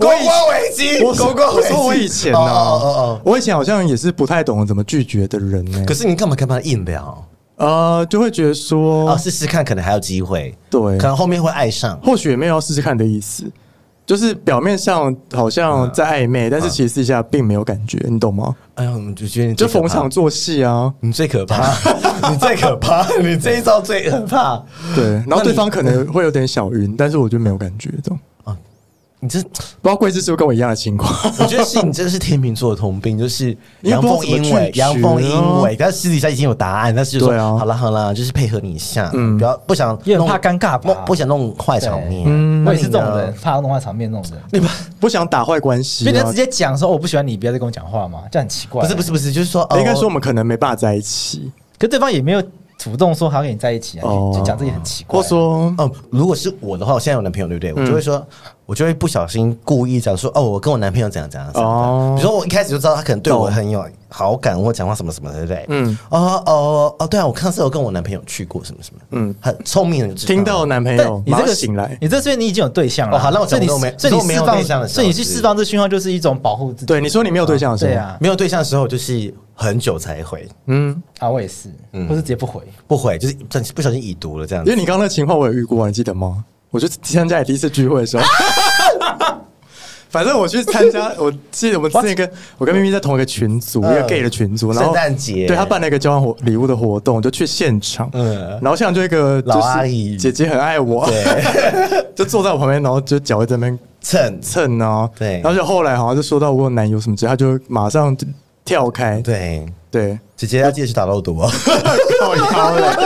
Speaker 1: 我以围巾
Speaker 2: 我说我说我以前呢、
Speaker 1: 哦哦哦哦
Speaker 2: 我以前好像也是不太懂怎么拒绝的人呢、
Speaker 1: 可是你干嘛跟他硬聊？
Speaker 2: 呃，就会觉得说，
Speaker 1: 哦，试试看，可能还有机会，
Speaker 2: 对
Speaker 1: 可能后面会爱上。
Speaker 2: 或许也没有要试试看的意思，就是表面上好像在暧昧，
Speaker 3: 嗯
Speaker 2: 但是其实私下并没有感觉，你懂吗？
Speaker 1: 哎呦，我就觉得你
Speaker 2: 就
Speaker 1: 最可怕
Speaker 2: 逢场，作戏啊，
Speaker 1: 你最 可怕，你最可怕，你这一招最可怕。
Speaker 3: 嗯
Speaker 2: 对，然
Speaker 1: 那
Speaker 2: 后
Speaker 1: 你
Speaker 2: 对方可能会有点小晕，但是我就没有感觉，这种
Speaker 1: 你这，
Speaker 2: 不知道贵志是不是跟我一样的情况？
Speaker 1: 我觉得是你这个是天秤座的通病，就是
Speaker 2: 你也
Speaker 1: 阳
Speaker 2: 不知道
Speaker 1: 奉
Speaker 2: 怎么
Speaker 1: 阴违，
Speaker 2: 拒绝啊
Speaker 1: 阳奉阴违。但是私底下已经有答案，但是就说
Speaker 2: 对啊嗯
Speaker 1: 好了好了，就是配合你一下，不要不想
Speaker 3: 也很
Speaker 1: 弄
Speaker 3: 怕尴尬吧
Speaker 1: 弄不想弄坏场面。
Speaker 3: 嗯，
Speaker 1: 那
Speaker 3: 我
Speaker 1: 你
Speaker 3: 也是这种
Speaker 1: 呢
Speaker 3: 人，，怕弄坏场面那种人。
Speaker 1: 你不
Speaker 2: 不想打坏关系、
Speaker 3: 所以你
Speaker 2: 啊
Speaker 3: 就直。接讲说、哦我不喜欢你，不要再跟我讲话嘛，这样很奇怪。
Speaker 1: 不是不
Speaker 3: 是，
Speaker 1: 是不是，就是说，哦
Speaker 2: 应该说我，们可能没办法在一起，
Speaker 3: 可对方也没有主动说好跟你在一起啊，
Speaker 2: 哦
Speaker 3: 就就讲这也很奇怪。
Speaker 2: 或
Speaker 3: 嗯
Speaker 2: 说
Speaker 1: 哦，如果是我的话，我现在有男朋友，对不对？我就会
Speaker 2: 嗯
Speaker 1: 说，我就会不小心故意讲说，哦，我跟我男朋友怎样怎样怎样。
Speaker 2: 哦
Speaker 1: 比如说我一开始就知道他可能对我
Speaker 2: 懂
Speaker 1: 很有好感，或讲话什么什么的，对不对？
Speaker 2: 嗯
Speaker 1: 嗯，哦哦哦，对啊，我上次有跟我男朋友去过什么什么，
Speaker 2: 嗯
Speaker 1: 嗯，很聪明人就知道
Speaker 2: 听到男朋
Speaker 3: 但
Speaker 2: 友
Speaker 3: 你这
Speaker 2: 马
Speaker 3: 个
Speaker 2: 上醒来，
Speaker 3: 你这所以你已经有对象了。
Speaker 1: 哦好那我
Speaker 3: 所以你
Speaker 1: 讲我没
Speaker 3: 所以你
Speaker 1: 我没有
Speaker 3: 释放
Speaker 1: 对象的时候
Speaker 3: 所以你去
Speaker 1: 是
Speaker 3: 释放这讯号就是一种保护自己。
Speaker 2: 对你说你没有对象的时候，
Speaker 3: 对啊，
Speaker 1: 没有对象的时候，就是很久才回，
Speaker 2: 嗯，
Speaker 3: 啊我也是，或是直接不回。
Speaker 1: 不回就是不小心已读了这样
Speaker 2: 因
Speaker 1: 子
Speaker 2: 为。你刚刚那情况我有遇过，你记得吗？我去参加你第一次聚会的时候， 反正我去参加，我记得我们之前跟我跟咪咪在同一个群组，一
Speaker 1: 嗯
Speaker 2: 个 gay 的群组，然后
Speaker 1: 圣诞节
Speaker 2: 对他办了一个交换活礼物的活动，就去现场，
Speaker 1: 嗯
Speaker 2: 然后现场就一个就是
Speaker 1: 老阿姨
Speaker 2: 姐姐很爱我， 就坐在我旁边，然后就脚会在那边
Speaker 1: 趁
Speaker 2: 蹭啊，
Speaker 1: 对
Speaker 2: 然后就后来好像就说到我有男友什么之类，他就马上跳开，
Speaker 1: 对，
Speaker 2: 对，
Speaker 1: 姐姐要记得去打肉 毒哦。
Speaker 2: 靠腰了，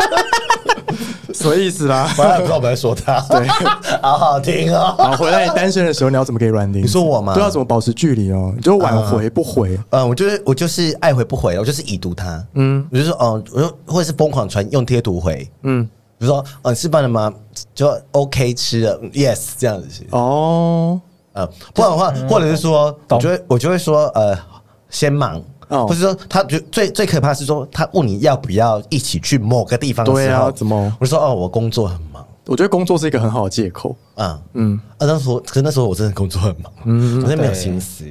Speaker 2: 什么意思啦？
Speaker 1: 我也不知道我们在说他，对， 好好听 哦。
Speaker 2: 好，回来你单身的时候，你要怎么给软钉？
Speaker 1: 你说我吗
Speaker 2: 对，啊要怎么保持距离哦？你就挽回不回，
Speaker 1: 嗯，我就是我就是爱回不回，我就是已读他，嗯，我就说哦，我就或者是疯狂传用贴图回，
Speaker 2: 嗯，
Speaker 1: 比如说嗯吃饭了吗？就 OK 吃了嗯，yes 这样子，
Speaker 2: 哦，
Speaker 1: 呃，不然的话，或者是说，我
Speaker 3: 嗯懂
Speaker 1: 就会我就会说，呃，先忙，
Speaker 2: 哦
Speaker 1: 或是说，他就最最可怕是说，他问你要不要一起去某个地方的
Speaker 2: 对
Speaker 1: 时
Speaker 2: 啊
Speaker 1: 候，
Speaker 2: 怎么
Speaker 1: 我就说哦，我工作很忙，
Speaker 2: 我觉得工作是一个很好的借口。
Speaker 1: 啊，
Speaker 2: 嗯，
Speaker 1: 啊，那时候可是那时候我真的工作很忙，嗯，我真的没有
Speaker 3: 对
Speaker 1: 心思，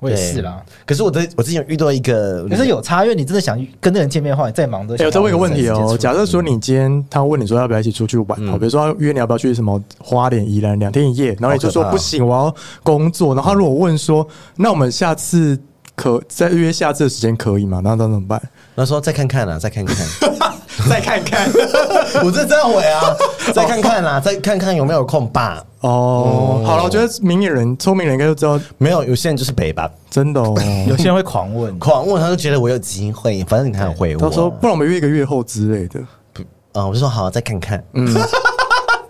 Speaker 3: 我也
Speaker 1: 对
Speaker 3: 是啦。
Speaker 1: 可是我的我之前有遇到一个，
Speaker 3: 可是有差，因为你真的想跟那个人见面的话，你再忙都
Speaker 2: 哎、
Speaker 3: 想
Speaker 2: 我
Speaker 3: 到
Speaker 2: 再
Speaker 3: 这
Speaker 2: 问
Speaker 3: 件
Speaker 2: 一
Speaker 3: 事
Speaker 2: 个
Speaker 3: 情。
Speaker 2: 问题哦，假设
Speaker 1: 嗯
Speaker 2: 说你今天他问你说要不要一起出去玩，好，比如说他约你要不要去什么花莲、宜兰两天一夜，然后你就说
Speaker 1: 好
Speaker 2: 不
Speaker 1: 可怕哦
Speaker 2: 行，我要工作。然后他如果问说，那我们下次可再约下次的时间可以吗？那那怎么办？
Speaker 1: 那时候再看看啊啦，再 看看，
Speaker 2: 再看看
Speaker 1: 我真的这样回 啊，再看看啦，再看看有没有空吧。嗯
Speaker 2: 哦。好了，我觉得明眼人、聪明人应该就知道，
Speaker 1: 没有，有些人就是北吧，
Speaker 2: 真的哦。
Speaker 3: 有些人会狂问，
Speaker 1: 狂问他就觉得我有机会，反正你还有 回我。
Speaker 2: 他说，不然我们约一个月后之类的。
Speaker 1: 嗯，我就说好，再看看。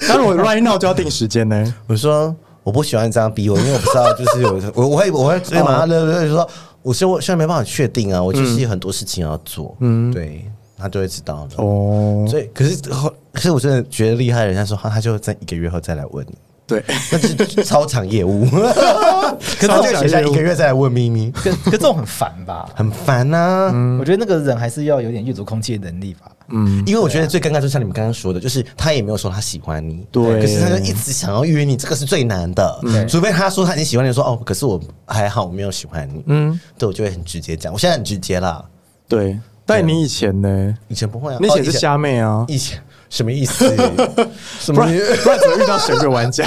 Speaker 2: 但是我 right now 就要定时间呢。
Speaker 1: 我说我不喜欢这样逼我，因为我不知道，就是我我我会我会直接马上就就说，我说我现在没办法确定啊，我就是有很多事情要做，嗯，对他就会知道的。
Speaker 2: 哦，
Speaker 1: 所以，可是后，可是我真的觉得厉害的人，他说他他就在一个月后再来问你，
Speaker 2: 对，
Speaker 1: 那是超长业务， 可是他就写下一个月再来问咪咪，
Speaker 3: 可可这种很烦吧？
Speaker 1: 很烦啊呐、
Speaker 3: 我觉得那个人还是要有点阅读空气的能力吧。
Speaker 1: 因为我觉得最尴尬，就像你们刚刚说的，就是他也没有说他喜欢你，
Speaker 2: 对
Speaker 1: 可是他就一直想要约你，这个是最难的。除非他说他已经喜欢你，说哦，可是我还好，我没有喜欢你。嗯，对，我就会很直接讲，我现在很直接啦，
Speaker 2: 对。但你以前呢？
Speaker 1: 以前不会啊，
Speaker 2: 你以前
Speaker 1: 哦
Speaker 2: 是虾妹啊，
Speaker 1: 以前什么 意思？什
Speaker 2: 不
Speaker 1: 么
Speaker 2: 然？不 然怎么遇到神鬼玩家？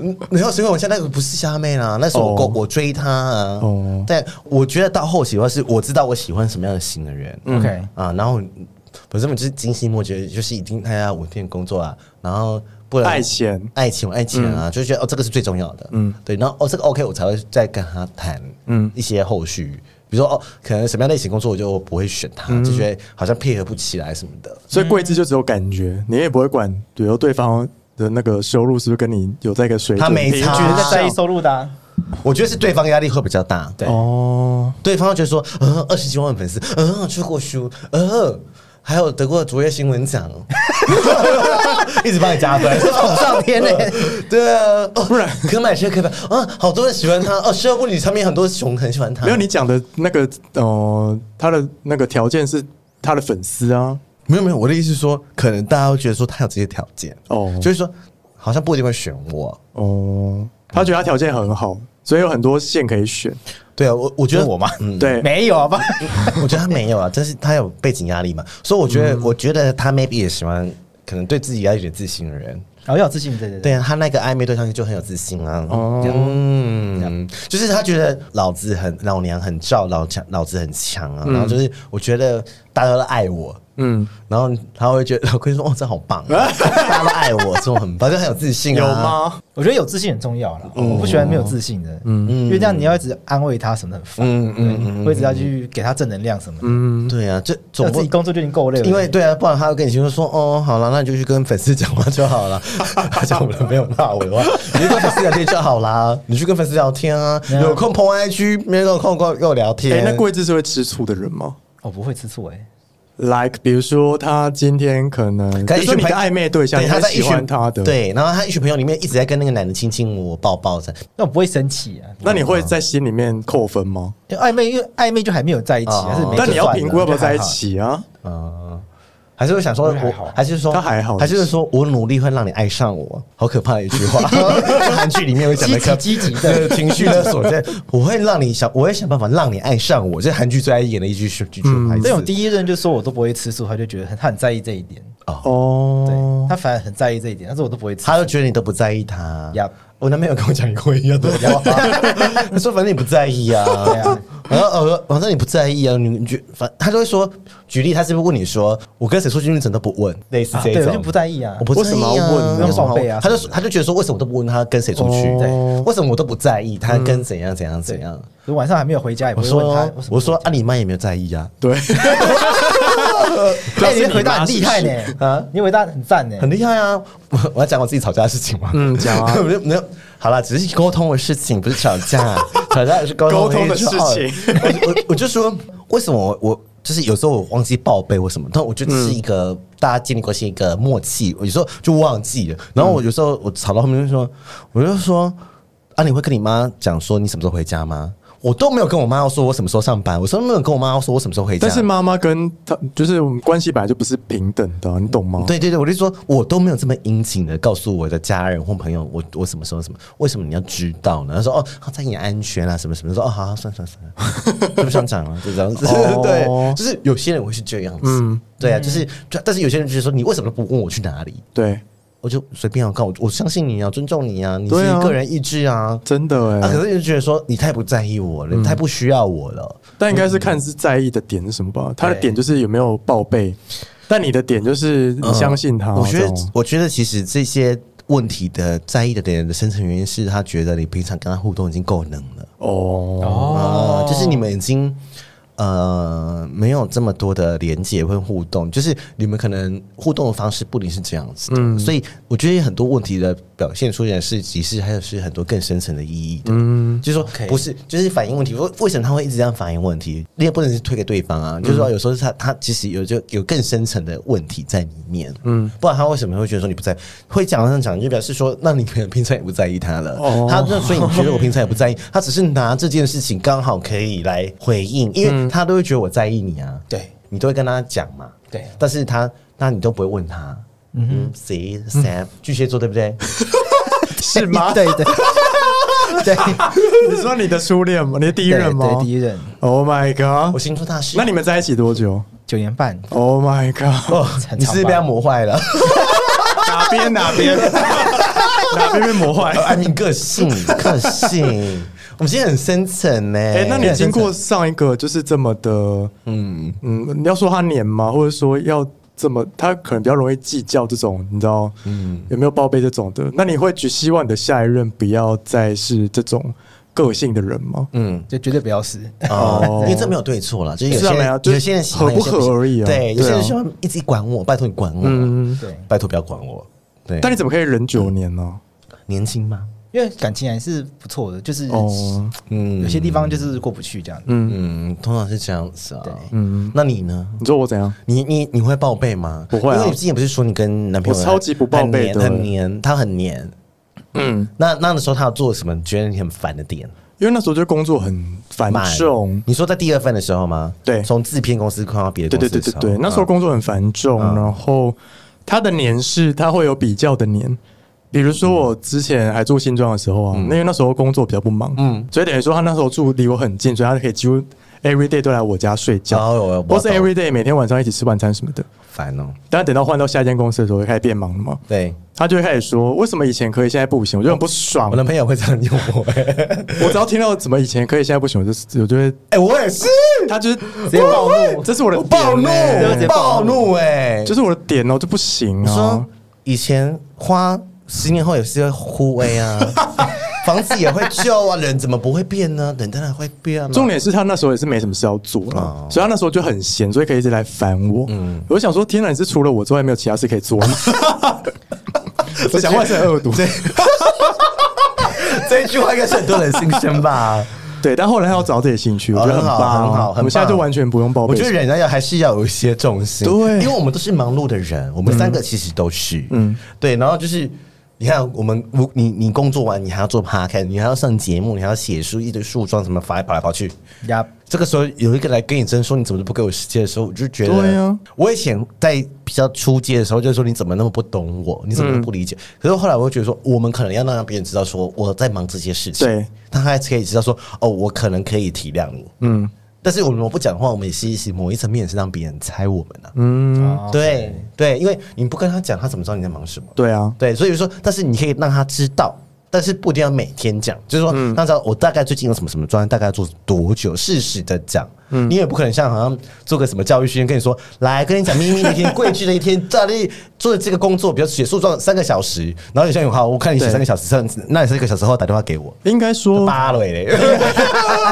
Speaker 1: 嗯 没有，所以我现在那个不是虾妹啦，那时候我
Speaker 2: 哦
Speaker 1: 勾我追她啊。
Speaker 2: 哦
Speaker 1: 但我觉得到后期的话，是我知道我喜欢什么样的型的人。
Speaker 2: 嗯
Speaker 3: OK，
Speaker 1: 啊，然后反正我就是精心默觉，就是一哎定他要稳定工作啊，然后不然
Speaker 2: 爱钱
Speaker 1: 爱情爱情啊，就觉得哦这个是最重要的，嗯，对，然后哦这个 OK 我才会再跟他谈，嗯，一些后续，比如说哦可能什么样类型工作我就不会选他，就觉得好像配合不起来什么的，
Speaker 2: 所以桂枝就只有感觉，你也不会管，比如对方的那个收入是不是跟你有在一个水准
Speaker 1: 他没
Speaker 2: 平
Speaker 1: 差
Speaker 2: 均
Speaker 3: 觉得在意收入的啊，
Speaker 1: 我觉得是对方压力会比较大，对
Speaker 2: 哦，
Speaker 1: 对方就说，嗯、呃，二十几万粉丝，嗯、出过书，嗯、还有得过卓越新闻 奖，一直帮你加 分，
Speaker 3: 捧上天呢、
Speaker 1: 对啊，哦、
Speaker 2: 不然
Speaker 1: 可买车可以买，啊，好多人喜欢他，哦，社交顾里上面很多熊很喜欢他，
Speaker 2: 没有你讲的那个哦，他的那个条件是他的粉丝啊，
Speaker 1: 没有没有，我的意思是说，可能大家会觉得说他有这些条件，
Speaker 2: 哦
Speaker 1: 就是说好像不一定会选我，
Speaker 2: 哦，他觉得他条件很好，所以有很多线可以选，
Speaker 1: 对啊，我我觉得
Speaker 3: 是我吗
Speaker 1: 嗯，
Speaker 2: 对，
Speaker 3: 没有吧？
Speaker 1: 我觉得他没有啊，但是他有背景压力嘛，所以我觉得、我觉得他 maybe 也喜欢，可能对自己要有点自信的人，
Speaker 3: 然后要有自信，对对
Speaker 1: 对啊，他那个暧昧对象就很有自信啊。
Speaker 2: 哦
Speaker 1: 嗯，就是他觉得老子很老娘很照，老强老子很强啊。然后就是我觉得大家都爱我，
Speaker 2: 嗯，
Speaker 1: 然后他会觉得老龟说：“哦，这好棒、啊，大家都爱我，这种很棒，就很有自信 啊。”
Speaker 2: 有？吗？
Speaker 3: 我觉得有自信很重要
Speaker 1: 嗯
Speaker 3: 了，我不喜欢没有自信的，嗯，因为这样你要一直安慰他什么的很烦，
Speaker 1: 嗯嗯
Speaker 3: 嗯，我一直要去给他正能量什么的，嗯，
Speaker 1: 嗯，对啊，这
Speaker 3: 我
Speaker 1: 总
Speaker 3: 自
Speaker 1: 不
Speaker 3: 己工作就已经够累了，
Speaker 1: 因为对啊，不然他会跟你说说哦，好了，那你就去跟粉丝讲话就 好了。他讲我们没有骂我的话，你就跟粉丝聊天就好啦， 你去跟粉丝聊天啊，有空碰 IG，没有空跟我跟我聊天。
Speaker 2: 哎，那桂枝是会吃醋的人吗？
Speaker 3: 我不会吃醋哎、
Speaker 2: like 比如说他今天可能，比
Speaker 1: 可
Speaker 2: 如
Speaker 1: 是
Speaker 2: 说你的
Speaker 1: 朋
Speaker 2: 暧昧对象，
Speaker 1: 对
Speaker 2: 你
Speaker 1: 他
Speaker 2: 很
Speaker 1: 在一
Speaker 2: 喜
Speaker 1: 群
Speaker 2: 欢他的，，
Speaker 1: 对，然后他一群朋友里面一直在跟那个男的亲亲我抱抱着，
Speaker 3: 那我不会生气啊，
Speaker 2: 那你会在心里面扣分吗？
Speaker 3: 因为暧昧，因为暧昧就还没有在一起，
Speaker 1: 哦
Speaker 3: 还是没
Speaker 2: 但你要评估要不要在一
Speaker 3: 就算了。
Speaker 2: 起啊？
Speaker 1: 嗯，还是会想说
Speaker 3: 我觉得还
Speaker 1: 我
Speaker 3: 好，
Speaker 1: 还是说
Speaker 2: 他还好
Speaker 1: 还是说我努力会让你爱上我，好可怕的一句话，韩剧里面会讲的可
Speaker 3: 积极积极
Speaker 1: 对情绪勒索，对，我会让你想，我会想办法让你爱上
Speaker 3: 嗯
Speaker 1: 我，这是韩剧最爱演的一句句句台词。
Speaker 3: 这种第一任就说我都不会吃醋，他就觉得很他很在意这一点。
Speaker 2: 哦，
Speaker 3: 他反而很在意这一点，但是我都不会吃。
Speaker 1: 他就觉得你都不在意他。
Speaker 3: Yup
Speaker 1: 我男朋友跟我讲过一样的话，他 说反正你不在意啊
Speaker 3: 对啊。
Speaker 1: 然后我说反正你不在意啊，你你觉反他就会说，举例他是不是问你说我跟谁出去，你怎么都不问，类似
Speaker 3: 啊
Speaker 1: 这一
Speaker 3: 对，
Speaker 1: 种。
Speaker 3: 我就不在意啊
Speaker 1: 我。不在意
Speaker 2: 为什
Speaker 1: 啊
Speaker 2: 么要问呢
Speaker 3: 用报备啊
Speaker 1: 他就他就觉得说，为什么都不问他跟谁出去？
Speaker 2: 哦
Speaker 1: 对，为什么我都不在意他跟怎样怎样怎样？
Speaker 3: 我晚上还没有回家，也
Speaker 1: 嗯我
Speaker 3: 不会问他
Speaker 1: 说
Speaker 3: 为什么。
Speaker 1: 我说啊，你妈也没有在意啊，
Speaker 2: 对，
Speaker 3: 哎，你的回答很厉害呢，
Speaker 1: 啊
Speaker 3: 啊，你的回答很赞呢，
Speaker 1: 很厉害啊！ 我我要讲我自己吵架的事情吗？
Speaker 2: 嗯讲啊
Speaker 1: 没有没有，好啦，只是沟通的事情，不是吵 架，吵架也是沟
Speaker 2: 沟通的事情
Speaker 1: 我就我我就说，为什么我我就是有时候我忘记报备或什么，但我觉得这是一个、大家建立过是一个默契，我有时候就忘记了。然后我有时候我吵到后面就说，我就说啊，你会跟你妈讲说你什么时候回家吗？我都没有跟我妈要说我什么时候上班，我说没有跟我妈要说我什么时候回家。
Speaker 2: 但是妈妈跟他就是我们关系本来就不是平等的啊，你懂吗？
Speaker 1: 对对对，我就说，我都没有这么殷勤的告诉我的家人或朋友，我我什么时候什么，为什么你要知道呢？他说哦，好在你安全啊，什么什么，说哦，好好，算算算了，就不想讲了，就这样子。
Speaker 2: 哦 嗯
Speaker 1: 对，就是有些人会是这样子，对啊，就是，就但是有些人就是说，你为什么不问我去哪里？
Speaker 2: 对，
Speaker 1: 我就随便要告我，我相信你啊，尊重你啊，你是
Speaker 2: 对啊
Speaker 1: 个人意志啊。
Speaker 2: 真的
Speaker 1: 啊，
Speaker 2: 哎、
Speaker 1: 可是就觉得说你太不在意我了，
Speaker 2: 嗯
Speaker 1: 你太不需要我了。
Speaker 2: 但应该是看是在意的点是什么
Speaker 1: 嗯
Speaker 2: 吧？他的点就是有没有报备，但你的点就是你相信他。
Speaker 1: 嗯我觉得
Speaker 2: 这种，
Speaker 1: 我觉得其实这些问题的在意的点的深层原因是他觉得你平常跟他互动已经够冷了，
Speaker 2: 哦，
Speaker 1: 呃，就是你们已经呃没有这么多的连接跟互动，就是你们可能互动的方式不一定是这样子的，所以我觉得很多问题的表现出现是，其实还有是很多更深层的意义的，嗯，就是说
Speaker 3: OK
Speaker 1: 不是就是反映问题，为为什么他会一直这样反映问题？你也不能是推给对方啊，就是说有时候是他他其实有就有更深层的问题在里面，嗯，不然他为什么会觉得说你不在会讲这样讲，就表示说那你可能平常也不在意他了，
Speaker 2: 哦
Speaker 1: 他那所以你觉得我平常也不在意，他只是拿这件事情刚好可以来回应，因
Speaker 2: 嗯
Speaker 1: 为他都会觉得我在意你啊，
Speaker 3: 对
Speaker 1: 你都会跟他讲嘛，
Speaker 3: 对
Speaker 1: 但是他那你都不会问他，嗯，谁 Sam 巨蟹座对不对？
Speaker 2: 是吗？
Speaker 3: 对对对
Speaker 2: 你说你的初恋吗？你的第一任
Speaker 3: 对
Speaker 2: 吗
Speaker 3: 对，第一任
Speaker 2: o h my
Speaker 1: 我
Speaker 2: god！
Speaker 1: 星座大师，
Speaker 2: 那你们在一起多久
Speaker 3: 九年半，
Speaker 2: ？Oh my god！
Speaker 1: 哦，
Speaker 3: 很
Speaker 1: 你是不是被他磨 坏了，
Speaker 2: 哪边哪 边哪边被磨坏？
Speaker 1: 啊，你个性个性，我们今天很深层呢，
Speaker 2: 哎、那你经过上一个就是这么的，嗯嗯，你要说他黏吗？或者说要这么，他可能比较容易计较这种，你知道，嗯，有没有报备这种的？那你会只希望你的下一任不要再是这种个性的人吗？
Speaker 1: 嗯。
Speaker 3: 就绝对不要死。
Speaker 1: 哦
Speaker 2: 哦，
Speaker 1: 因为这没有对错了，就是有
Speaker 2: 是啊
Speaker 1: 些
Speaker 2: 没
Speaker 1: 人
Speaker 2: 啊就是
Speaker 1: 有些人喜欢
Speaker 2: 合不合
Speaker 1: 有些人
Speaker 2: 而已啊
Speaker 1: 对，
Speaker 2: 对啊
Speaker 1: 有些人喜欢一直管我，拜托你管我，
Speaker 2: 嗯
Speaker 3: 对，
Speaker 1: 拜托不要管我。对，
Speaker 2: 但你怎么可以忍九年呢、
Speaker 1: 年轻吗？
Speaker 3: 因为感情还是不错的，就是
Speaker 2: 哦，
Speaker 1: 嗯
Speaker 3: 有些地方就是过不去这样子。
Speaker 2: 嗯
Speaker 1: 嗯，通常是这样子啊
Speaker 3: 对。
Speaker 1: 嗯，那你呢？
Speaker 2: 你说我怎样？
Speaker 1: 你你你会报备吗？
Speaker 2: 不会啊
Speaker 1: 因为你之前不是说你跟男朋友
Speaker 2: 我超级不报备的
Speaker 1: 很黏很黏，他很黏。
Speaker 2: 嗯，
Speaker 1: 那那的时候他有做什么？你觉得你很烦的点？
Speaker 2: 因为那时候就工作很繁
Speaker 1: 慢
Speaker 2: 重。
Speaker 1: 你说在第二份的时候吗？
Speaker 2: 对
Speaker 1: 从制片公司跨到别的
Speaker 2: 对
Speaker 1: 公
Speaker 2: 对
Speaker 1: 司
Speaker 2: 对
Speaker 1: 的
Speaker 2: 对对，那时候
Speaker 1: 嗯
Speaker 2: 工作很繁重，然后他的年是他会有比较的年。比如说我之前还住新庄的时候啊，
Speaker 1: 嗯
Speaker 2: 因为那时候工作比较不忙，嗯，所以等于说他那时候住离我很近，所以他可以几乎 every day 都来我家睡觉，
Speaker 1: 哦我我
Speaker 2: 或是
Speaker 1: 懂
Speaker 2: every day 每天晚上一起吃晚餐什么的。
Speaker 1: 烦哦。
Speaker 2: 但等到换到下一间公司的时候，就开始变忙了嘛，
Speaker 1: 对，
Speaker 2: 他就会开始说为什么以前可以，现在不行，我就很不爽
Speaker 1: 我。男朋友会这样用我。
Speaker 2: 我只要听到怎么以前可以，现在不行，我就 我就会，
Speaker 1: 哎，我也是。
Speaker 2: 他就是
Speaker 3: 接暴怒
Speaker 2: 这是我的点
Speaker 1: 暴怒
Speaker 2: 欸
Speaker 3: 直接，
Speaker 1: 暴
Speaker 3: 暴
Speaker 1: 怒哎、
Speaker 2: 这是我的点哦，这不行
Speaker 1: 你
Speaker 2: 啊
Speaker 1: 说。以前花十年后也是会枯萎 啊，房子也会旧啊，人怎么不会变呢？人当然会变啊。
Speaker 2: 重点是他那时候也是没什么事要做了，
Speaker 1: 哦嗯
Speaker 2: 所以他那时候就很闲，所以可以一直来烦我。我就想说，天哪，你是除了我之外没有其他事可以做 吗？我想话是很恶毒，对
Speaker 1: 这一句话应该是很多人心声吧？
Speaker 2: 对。但后来他要找自己的兴趣，我觉得
Speaker 1: 很
Speaker 2: 很
Speaker 1: 好
Speaker 2: 棒啊，
Speaker 1: 很好很
Speaker 2: 我们现在
Speaker 1: 棒
Speaker 2: 就完全不用报备。
Speaker 1: 我觉得人家要还是要有一些重心，
Speaker 2: 对
Speaker 1: 因为我们都是忙碌的人，我们三个其实都是，嗯，对，然后就是。你看，我们我你你工作完，你还要做 p a r k 你还要上节目，你还要写书，一堆树桩什么跑来跑来跑去，
Speaker 3: 呀，
Speaker 1: 这个时候有一个来跟你争说你怎么都不给我时间的时候，我就觉得，
Speaker 2: 对啊
Speaker 1: 我以前在比较初阶的时候，就是说你怎么那么不懂我，你怎么那么不理
Speaker 2: 嗯
Speaker 1: 解？可是后来我会觉得说，我们可能要让别人知道说我在忙这些事情，
Speaker 2: 对，
Speaker 1: 他还可以知道说哦，我可能可以体谅你，嗯。但是我们不讲话，我们也是是某一层面也是让别人猜我们啊。
Speaker 2: 嗯，
Speaker 3: 哦
Speaker 1: 对对，因为你不跟他讲，他怎么知道你在忙什么？
Speaker 2: 对啊，
Speaker 1: 对，所以说，但是你可以让他知道，但是不一定要每天讲，就是说，
Speaker 2: 嗯
Speaker 1: 让他知道我大概最近有什么什么专案，大概要做多久，适时的讲。
Speaker 2: 嗯
Speaker 1: 你也不可能像好像做个什么教育训练，跟你说，来跟你讲秘密那天跪剧那一天，大力做这个工作，比如写诉状三个小时，然后你像好，我看你写
Speaker 2: 对嗯
Speaker 1: 三个小时，上那你三个小时后打电话给我，
Speaker 2: 应该说
Speaker 1: 八了 嘞，啊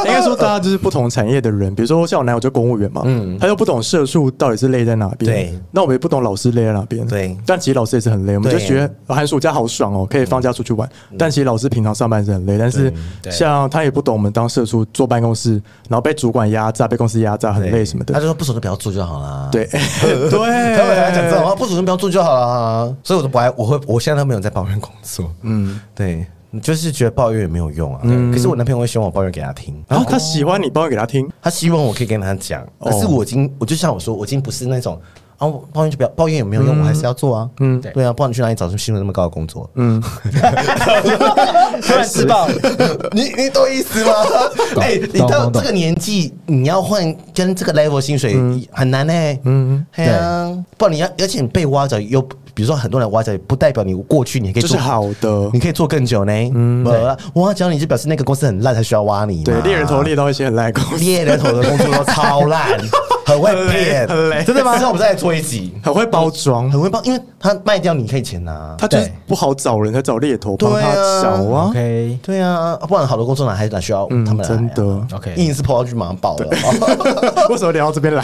Speaker 2: 应该
Speaker 1: 呃
Speaker 2: 说，大家就是不同产业的人，比如说像我男友就公务员嘛，嗯，他又不懂社畜到底是累在哪边，
Speaker 1: 对，
Speaker 2: 那我们也不懂老师累在哪边，
Speaker 1: 对
Speaker 2: 但其实老师也是很累，我们就
Speaker 1: 对嗯
Speaker 2: 觉得寒暑假好爽哦，可以放假出去玩，但其实老师平常上班是很累，但是
Speaker 1: 对
Speaker 2: 像他也不懂我们当社畜坐办公室，然后被主管压榨，被公司压榨很累什么
Speaker 1: 他
Speaker 2: 的，
Speaker 1: 就说不熟就不要做就好啦。
Speaker 2: 对对，
Speaker 1: 他们还讲这种话，不主动不要做就好了啊。所以我都不爱，我会，我现在都没有在抱怨工作。嗯，对，你就是觉得抱怨也没有用啊。可是我男朋友会希望我抱怨给他听，
Speaker 2: 然后他喜欢你，帮我给他听，
Speaker 1: 他希望我可以跟他讲。可是我已经，我就像我说，我已经不是那种啊，我抱怨就不要抱怨也没有用，我还是要做啊。嗯，对啊，不然你去哪里找出薪水那么高的工作？嗯，
Speaker 3: 突然自爆，
Speaker 1: 你你懂意思吗？哎，你到
Speaker 3: 懂懂
Speaker 1: 这个年纪，你要换跟这个 level 薪水很难呢。嗯，对啊，不然你要，而且你被挖角又。比如说，很多人挖角，不代表你过去你可以
Speaker 2: 就
Speaker 1: 做
Speaker 2: 是好的
Speaker 1: 你。可以做更久呢。嗯，我要讲你就表示那个公司很烂，才需要挖你嘛。
Speaker 2: 对，猎人头猎到一些很烂的公司，
Speaker 1: 猎人头的工作都超 烂，很会骗，
Speaker 2: 很累很累
Speaker 1: 真的吗？之后我们再来做一集，
Speaker 2: 很会包装，
Speaker 1: 很会帮，因为他卖掉你可以钱拿。
Speaker 2: 他就是
Speaker 3: 对
Speaker 2: 不好找人，他找猎头帮
Speaker 1: 对
Speaker 2: 他
Speaker 1: 啊
Speaker 2: 找啊。
Speaker 3: OK，
Speaker 1: 对啊，不然好的工作哪还哪需要他们来
Speaker 2: 嗯
Speaker 1: 啊
Speaker 2: 真的
Speaker 3: OK
Speaker 1: 硬是跑到去马上爆了。
Speaker 2: 为什么聊到这边来？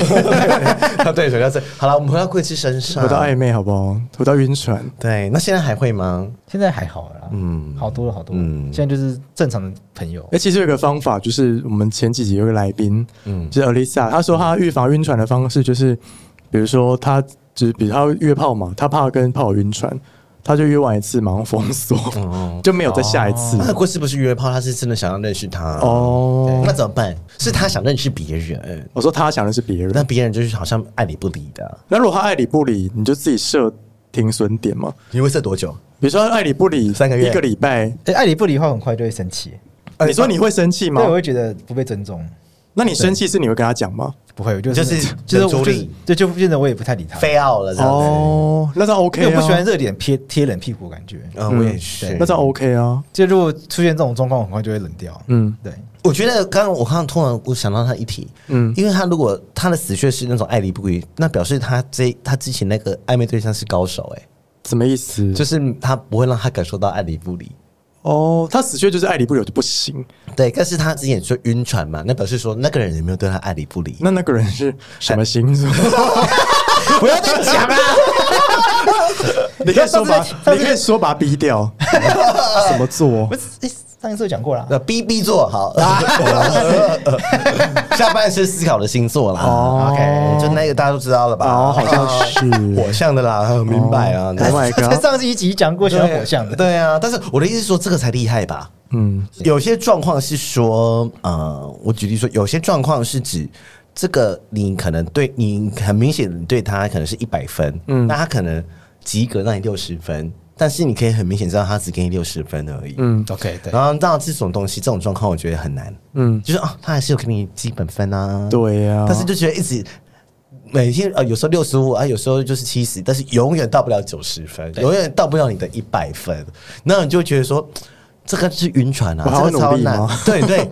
Speaker 1: 啊对，主要是好了，我们回到贵志身上
Speaker 2: 回。到暧昧好不好？回到晕船，
Speaker 1: 对，那现在还会吗？
Speaker 3: 现在还好了啦，嗯，好多了，好多了，现在就是正常的朋友
Speaker 2: 哎、，其实有一个方法，就是我们前几集有一个来宾，嗯，就是 Alisa，她说她预防晕船的方式就是，比如说她就是比如她约炮嘛，她怕跟炮友晕船，她就约完一次马上封锁，就没有再下一次。
Speaker 1: 那啊贵志不是约炮，他是真的想要认识他
Speaker 2: 哦
Speaker 1: 那怎么办？是他想认识别人，
Speaker 2: 我说她想的是别
Speaker 1: 但
Speaker 2: 人，
Speaker 1: 别人就是好像爱理不理的。
Speaker 2: 那如果她爱理不理，你就自己设停损点嘛。
Speaker 1: 你会射多久？
Speaker 2: 比如说她爱理不理
Speaker 1: 三个月
Speaker 2: 一个礼拜，
Speaker 3: 哎，爱理不理的话，很快就会生气，
Speaker 2: 你说你会生气吗
Speaker 3: 对，？我会觉得不被尊重，
Speaker 2: 那你生气是你会跟她讲吗？
Speaker 3: 不会，我就
Speaker 1: 就是
Speaker 3: 是就是
Speaker 1: 冷处
Speaker 3: 我就是
Speaker 1: 理
Speaker 3: 对，就变得我也不太理他，
Speaker 1: 非要了这样子。
Speaker 2: 哦，那这样
Speaker 3: 因为
Speaker 2: OK
Speaker 3: 我
Speaker 2: 啊，
Speaker 3: 不喜欢热脸贴贴冷屁股的感觉，
Speaker 1: 嗯，我也是
Speaker 2: 那。这样 OK 啊，
Speaker 3: 就如果出现这种状况，我很快就会冷掉，
Speaker 2: 嗯。
Speaker 3: 对，
Speaker 1: 我觉得刚刚我看到突然我想到他一题，嗯，因为他如果他的死穴是那种爱理不理，那表示他这他之前那个暧昧对象是高手、欸，
Speaker 2: 什么意思？就
Speaker 1: 就是他不会让他感受到爱理不理。
Speaker 2: 哦，他死穴就是爱理不理我就不行。
Speaker 1: 对，但是他之前说晕船嘛，那表示说那个人有没有对他爱理不理？
Speaker 2: 那那个人是什么星 座？
Speaker 1: 不要再讲啊！
Speaker 2: 你可以说把
Speaker 3: 上次上，次
Speaker 2: 你可以说把他逼掉。 什么座
Speaker 3: 不？是哎上一次有讲过啦，
Speaker 1: 那 B B 座好， 下半身思考的星座啦。
Speaker 2: 哦
Speaker 1: OK，就那个大家都知道了吧？
Speaker 2: 哦，好像是。
Speaker 1: 火象的啦，明白啊。
Speaker 2: Oh my
Speaker 3: 在
Speaker 2: god！
Speaker 3: 上一集讲过喜欢火象的，
Speaker 1: 对啊，但是我的意思是说，这个才厉害吧？
Speaker 2: 嗯，
Speaker 1: 有些状况是说，呃，我举例说，有些状况是指这个你可能对你很明显你对他可能是一百分，嗯，那他可能及格让你六十分，但是你可以很明显知道他只给你六十分而已，嗯。
Speaker 3: ，OK，对，
Speaker 1: 然后到这种东西，这种状况我觉得很难，嗯，就是啊，他还是有给你基本分啊，
Speaker 2: 对呀
Speaker 1: 但是就觉得一直每天啊，有时候六十五啊，有时候就是七十，但是永远到不了九十分，永远到不了你的一百分，那你就觉得说这个是晕船
Speaker 2: 我还
Speaker 1: 啊，
Speaker 2: 要
Speaker 1: 这个超
Speaker 2: 努力
Speaker 1: 难
Speaker 2: 吗，
Speaker 1: 对对，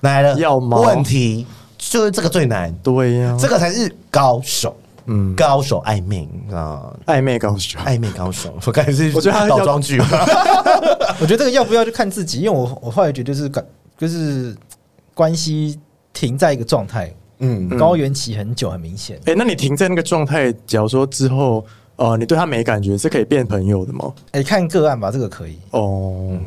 Speaker 1: 来了，
Speaker 2: 要吗
Speaker 1: 问题就是这个最难，
Speaker 2: 对啊呀，
Speaker 1: 这个才是高手，嗯，高手爱命啊。
Speaker 2: 暧昧高手。
Speaker 1: 暧昧高手，我感觉是
Speaker 2: 我觉得他要
Speaker 1: 倒装句，
Speaker 3: 我觉得这个要不要就看自己，因为我我后来觉得就是感就是关系停在一个状态，
Speaker 1: 嗯，
Speaker 3: 高原期很久，很明显。
Speaker 2: 哎，那你停在那个状态，假如说之后，呃，你对他没感觉，是可以变朋友的吗？
Speaker 3: 哎、看个案吧，这个可以。
Speaker 2: 哦，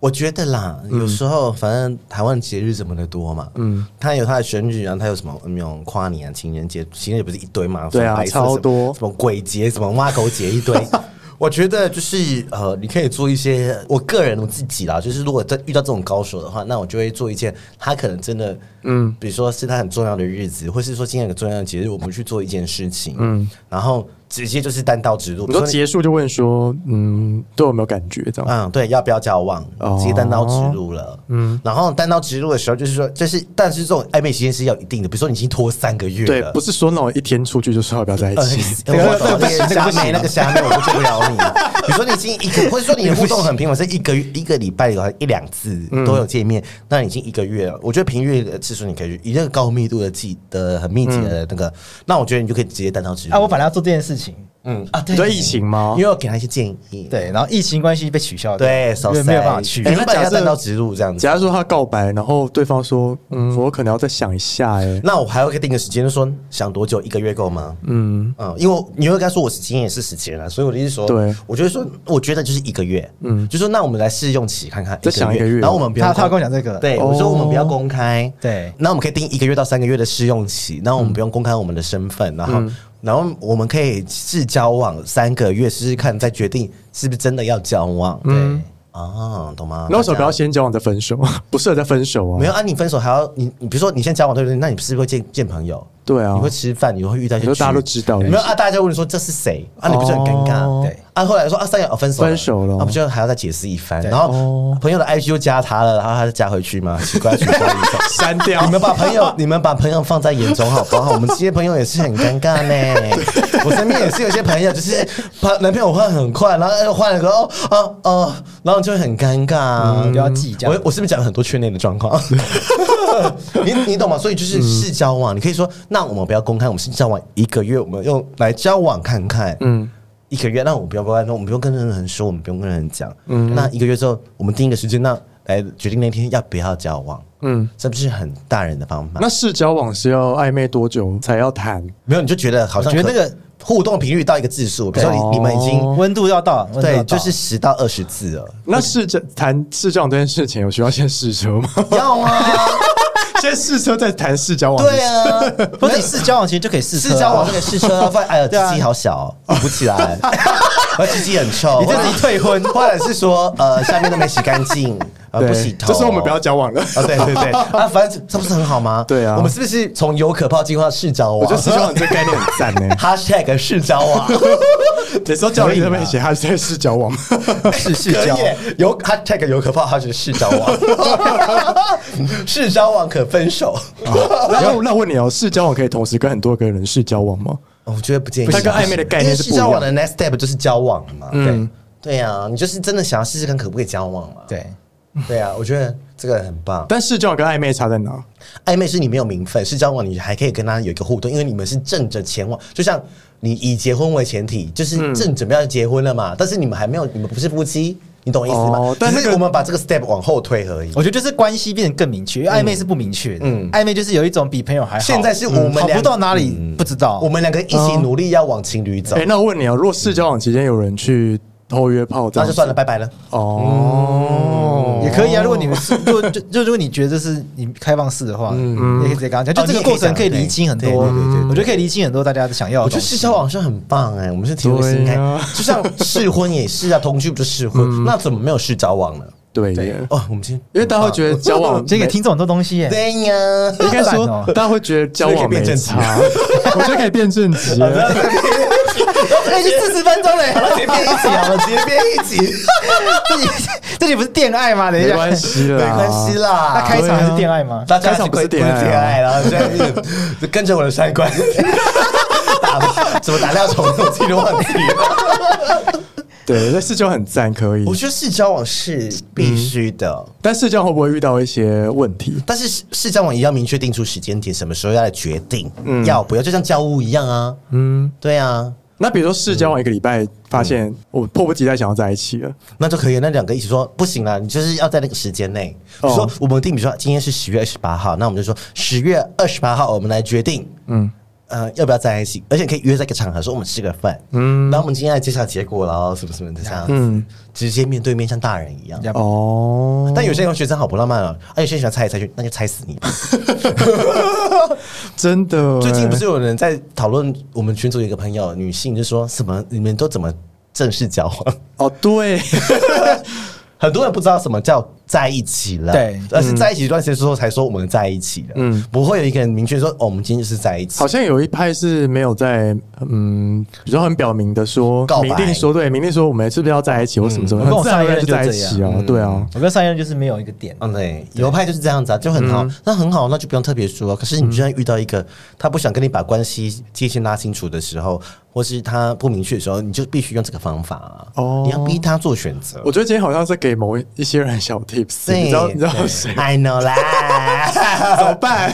Speaker 1: 我觉得啦，
Speaker 2: 嗯
Speaker 1: 有时候反正台湾节日什么的多嘛，嗯，他有他的生日啊，他有什么那种跨年啊、情人节，情人节不是一堆嘛，
Speaker 2: 对啊
Speaker 1: 什么白色什么
Speaker 2: 超多
Speaker 1: 什么鬼节、什么挖狗节一 堆。我觉得就是呃，你可以做一些，我个人我自己啦，就是如果真遇到这种高手的话，那我就会做一件他可能真的，嗯，比如说是他很重要的日子，或是说今天有个重要的节日，我们去做一件事情，嗯，然后直接就是单刀直入，
Speaker 2: 你说
Speaker 1: 比如
Speaker 2: 结束就问说，嗯，对我有没有感觉这样？
Speaker 1: 嗯，对，要不要交往？
Speaker 2: 哦
Speaker 1: 直接单刀直入了。嗯，然后单刀直入的时候，就是说，就是但是这种暧昧期间是要有一定的，比如说你已经拖三个月
Speaker 2: 对，
Speaker 1: 了，
Speaker 2: 不是说那种一天出去就说要不要在一
Speaker 1: 呃，
Speaker 2: 起，
Speaker 1: 那个
Speaker 3: 这个
Speaker 1: 那
Speaker 3: 不
Speaker 1: 个
Speaker 3: 行这个
Speaker 1: 虾
Speaker 3: 不行
Speaker 1: 妹，那个虾妹，我就救不了你。比如说你已经一个，或者说你的互动很频繁，是一个月一个礼拜有一两次都有见面，那已经一个月了。我觉得频率的次数你可以以那个高密度的记的很密集的那个，那我觉得你就可以直接单刀直入。
Speaker 3: 啊，我本来要做这件事情，
Speaker 1: 嗯啊，
Speaker 2: 你
Speaker 1: 对
Speaker 2: 说疫，情吗
Speaker 1: 因？为我给他一些建议，
Speaker 3: 对，然后疫情关系被取消，
Speaker 1: 对，
Speaker 3: 因
Speaker 1: 少
Speaker 3: 为没有办法去
Speaker 1: 塞。
Speaker 2: 哎
Speaker 1: 原
Speaker 2: 那假
Speaker 1: 本要
Speaker 2: 设
Speaker 1: 单刀直入这样子。
Speaker 2: 假如说他告白，然后对方说，嗯，我可能要再想一下，哎，
Speaker 1: 那我还要定个时间，就说想多久，一个月够吗？嗯嗯，因为我你会跟他说我时间也是时间啊，所以我的意思说，
Speaker 2: 对
Speaker 1: 我觉得说，我觉得就是一个月，嗯，就说那我们来试用期看看，
Speaker 2: 再想一个月
Speaker 1: 然后我们不要
Speaker 3: 他他要
Speaker 1: 公
Speaker 3: 跟我讲这个，
Speaker 1: 对，
Speaker 2: 哦
Speaker 1: 我说我们不要公开，
Speaker 3: 对
Speaker 1: 那我们可以定一个月到三个月的试用
Speaker 2: 嗯
Speaker 1: 期，然后我们不用公开我们的身份，然后然后我们可以试交往三个月试试看，再决定是不是真的要交往，对啊，懂吗？
Speaker 2: 嗯那为什么不
Speaker 1: 大
Speaker 2: 要
Speaker 1: 家
Speaker 2: 先交往再分手？ 不适合再分手啊？
Speaker 1: 没有啊，你分手还要你，你比如说你现在交往对不对？那你是不是会见见朋友？
Speaker 2: 对啊
Speaker 1: 你会吃饭，你会遇到一些
Speaker 2: 你说大家
Speaker 1: 局
Speaker 2: 都知道
Speaker 1: 没有啊？大家问你说这是谁啊？你不是很尴
Speaker 2: 哦
Speaker 1: 尬？对啊，后来说啊，三友哦分手
Speaker 2: 分手了
Speaker 1: 啊，不就还要再解释一番？然后朋友的 IG 又加他了，然后他再加回 去吗？奇怪，取关一下。
Speaker 2: 删掉
Speaker 1: 你们把朋友，你们把朋友放在眼中好不好？我们这些朋友也是很尴尬呢。我身边也是有些朋友，就是把男朋友换很快，然后又换了个哦啊哦，然后就会很尴尬啊，
Speaker 3: 嗯不要计较
Speaker 1: 我我是不是讲了很多圈内的状况？你你懂吗？所以就是试交往，你可以说，那我们不要公开，我们是交往一个月，我们用来交往看看，嗯。一个月，那我们不要公开，那我们不用跟任何人说，我们不用跟任何人讲。嗯，那一个月之后，我们定一个时间，那来决定那天要不要交往。嗯，这不是很大人的方法？
Speaker 2: 那试交往是要暧昧多久才要谈？
Speaker 1: 没有，你就觉得好像
Speaker 3: 我觉得
Speaker 1: 可
Speaker 3: 那个
Speaker 1: 互动频率到一个字数，比如说
Speaker 2: 对
Speaker 1: 你你们已经
Speaker 2: 哦
Speaker 3: 温度要到，温度要
Speaker 1: 对，
Speaker 3: 到
Speaker 1: 就是十到二十字了。
Speaker 2: 那试这谈试交往这件事情，有需要先试车吗？
Speaker 1: 要啊，
Speaker 2: 先试车再谈试交往。
Speaker 1: 对，啊，
Speaker 3: 不是你试交往其实就可以试车啊
Speaker 1: 试交往那 个试车， 发现哎呀，
Speaker 3: 对啊
Speaker 1: 鸡鸡好小哦，鼓不起来，而鸡鸡很臭，
Speaker 3: 你这是一退
Speaker 1: 婚，或者是说呃下面都没洗干 净，呃
Speaker 2: 对
Speaker 1: 不洗头，
Speaker 2: 这时候我们不要交 往了。
Speaker 1: 啊，对对对，啊，反正这不是很好吗？
Speaker 2: 对啊
Speaker 1: 我们是不是从有可泡进化到试交往？
Speaker 2: 我觉得试交往这个概念很赞 呢。
Speaker 1: hashtag 试 交往，
Speaker 2: 有时候啊交往上面写他是欸在试交 往吗？
Speaker 3: 试试
Speaker 1: 哎可
Speaker 3: 交
Speaker 1: 以，有 hashtag 有可泡，它是试 交往，试交往可分手。
Speaker 2: 那我那我问你哦，试交往可以同时跟很多个人试交往吗？
Speaker 1: 哦我觉得不建议，
Speaker 2: 它跟暧昧的概
Speaker 1: 因
Speaker 2: 念
Speaker 1: 为
Speaker 2: 是
Speaker 1: 试
Speaker 2: 不一
Speaker 1: 交往
Speaker 2: 样
Speaker 1: 的
Speaker 2: 的。
Speaker 1: next step 就是交往嘛。
Speaker 2: 嗯
Speaker 1: 对对啊，你就是真的想要试试看可不可以交往嘛？
Speaker 3: 对，
Speaker 1: 对啊，我觉得这个很棒。
Speaker 2: 但试交往跟暧昧差在哪？
Speaker 1: 暧昧是你没有名分，是交往你还可以跟他有一个互动，因为你们是正着前往，就像你以结婚为前提，就是正准备要结婚了嘛，但是你们还没有，你们不是夫妻，你懂我意思吗？
Speaker 2: 嗯哦
Speaker 1: 但
Speaker 2: 但那
Speaker 1: 是
Speaker 2: 个哦
Speaker 1: 我们把这个 step 往后推而已。
Speaker 3: 我觉得就是关系变得更明确，因为暧昧是不明确的，
Speaker 1: 嗯
Speaker 3: 暧昧就是有一种比朋友还好，嗯
Speaker 1: 现在是我们
Speaker 3: 好
Speaker 1: 两嗯
Speaker 3: 不到哪里不知道，
Speaker 1: 我们两个一起努力要往情侣走
Speaker 2: 哦哎，，那我问你哦，如果试交往期间有人去偷约炮，这
Speaker 1: 那
Speaker 2: 样
Speaker 1: 就
Speaker 2: 子
Speaker 1: 算了，嗯拜拜了。
Speaker 2: 哦，
Speaker 3: 也可以啊。如果你们是就就就如果你觉得这是你开放式的话，
Speaker 2: 嗯
Speaker 3: 也可以直接跟他讲，就
Speaker 1: 哦
Speaker 3: 这
Speaker 1: 你也
Speaker 3: 个
Speaker 1: 可以
Speaker 3: 过程可以
Speaker 1: 讲
Speaker 3: 厘清很多，
Speaker 1: 对对对对对
Speaker 3: 我觉得可以厘清很多大家的想要
Speaker 1: 我
Speaker 3: 的
Speaker 1: 觉得
Speaker 3: 东
Speaker 1: 试
Speaker 3: 西。
Speaker 1: 交往是很棒哎、我们是挺有心态
Speaker 2: 对啊，嗯
Speaker 1: 就像试婚也是啊，同居不就试婚？那怎么没有试交往呢？
Speaker 2: 对耶，
Speaker 1: 哦，我们今天
Speaker 2: 因为大家会觉得交
Speaker 1: 哦
Speaker 2: 往
Speaker 3: 这个
Speaker 2: 没
Speaker 3: 听众很多东西耶、
Speaker 1: 对呀，
Speaker 2: 应该说
Speaker 3: 好赞哦，
Speaker 2: 大家会觉得交往没差， 我觉得可以变正直。
Speaker 3: 哎，已经四十分钟嘞，
Speaker 1: 直 接变一起好了，直接变一起，
Speaker 3: 这里这里不是恋爱吗？等一
Speaker 2: 没
Speaker 3: 下，
Speaker 2: 关 系啦，
Speaker 1: 没关系。啦。
Speaker 3: 那开场还是恋爱吗？
Speaker 1: 大家
Speaker 2: 啊开场不是
Speaker 1: 点
Speaker 2: 恋爱啊
Speaker 1: 爱，然后现在就跟着我的三 观打怎么打料虫，我自己都忘记了。
Speaker 2: 对，那试交很赞，可以。
Speaker 1: 我觉得试交往是必须的。
Speaker 2: 但试交会不会遇到一些问题？
Speaker 1: 但是试交往也要明确定出时间点，什么时候要来决定、
Speaker 2: 嗯
Speaker 1: 要不要，就像交屋一样啊。嗯，对啊，
Speaker 2: 那比如说试交往一个礼拜，发
Speaker 1: 嗯
Speaker 2: 现哦我迫不及待想要在一起了，
Speaker 1: 那就可以。那两个一起说不行啦，你就是要在那个时间内。比如说
Speaker 2: 哦
Speaker 1: 我们定，比如说今天是十月二十八号，那我们就说十月二十八号我们来决定。嗯。呃，要不要在一起？而且可以约在一个场合，说我们吃个饭，嗯，然后我们今天来揭晓结果，然后什么什么的这样子，直接面对面，像大人一样。
Speaker 2: 哦，
Speaker 1: 但有些人学生好不浪漫啊，而有些人喜欢猜来猜去，那就猜死你吧。
Speaker 2: 真的欸。
Speaker 1: 最近不是有人在讨论，我们群组有一个朋友女性就说什么，你们都怎么正式交往？
Speaker 2: 哦，对，
Speaker 1: 很多人不知道什么叫在一起了，
Speaker 3: 对
Speaker 1: 而是在一起一段时间之后才说我们在一起了，嗯，不会有一个人明确说、哦、我们今天就是在一起
Speaker 2: 好，像有一派是没有在，嗯，比较很表明的说
Speaker 1: 告，白嗯
Speaker 2: 明定说对，明定说我们是不是要在一起或什么什么，
Speaker 3: 我跟我
Speaker 2: 很自然而然
Speaker 3: 上一任就
Speaker 2: 在一起
Speaker 3: 这
Speaker 2: 啊，对啊，
Speaker 3: 我跟上一任就是没有一个点，
Speaker 1: 嗯，对，流派就是这样子啊，就很
Speaker 2: 嗯
Speaker 1: 好，那很好，那就不用特别说。可是你居然遇到一个他不想跟你把关系界限拉清楚的时候，或是他不明确的时候，你就必须用这个方法啊。
Speaker 2: 哦
Speaker 1: 你要逼他做选择。
Speaker 2: 我觉得今天好像是给某一些人小 tips，
Speaker 1: 对
Speaker 2: 你知道你知道
Speaker 1: 对
Speaker 2: 谁
Speaker 1: ？I know 啦，
Speaker 2: 怎么办？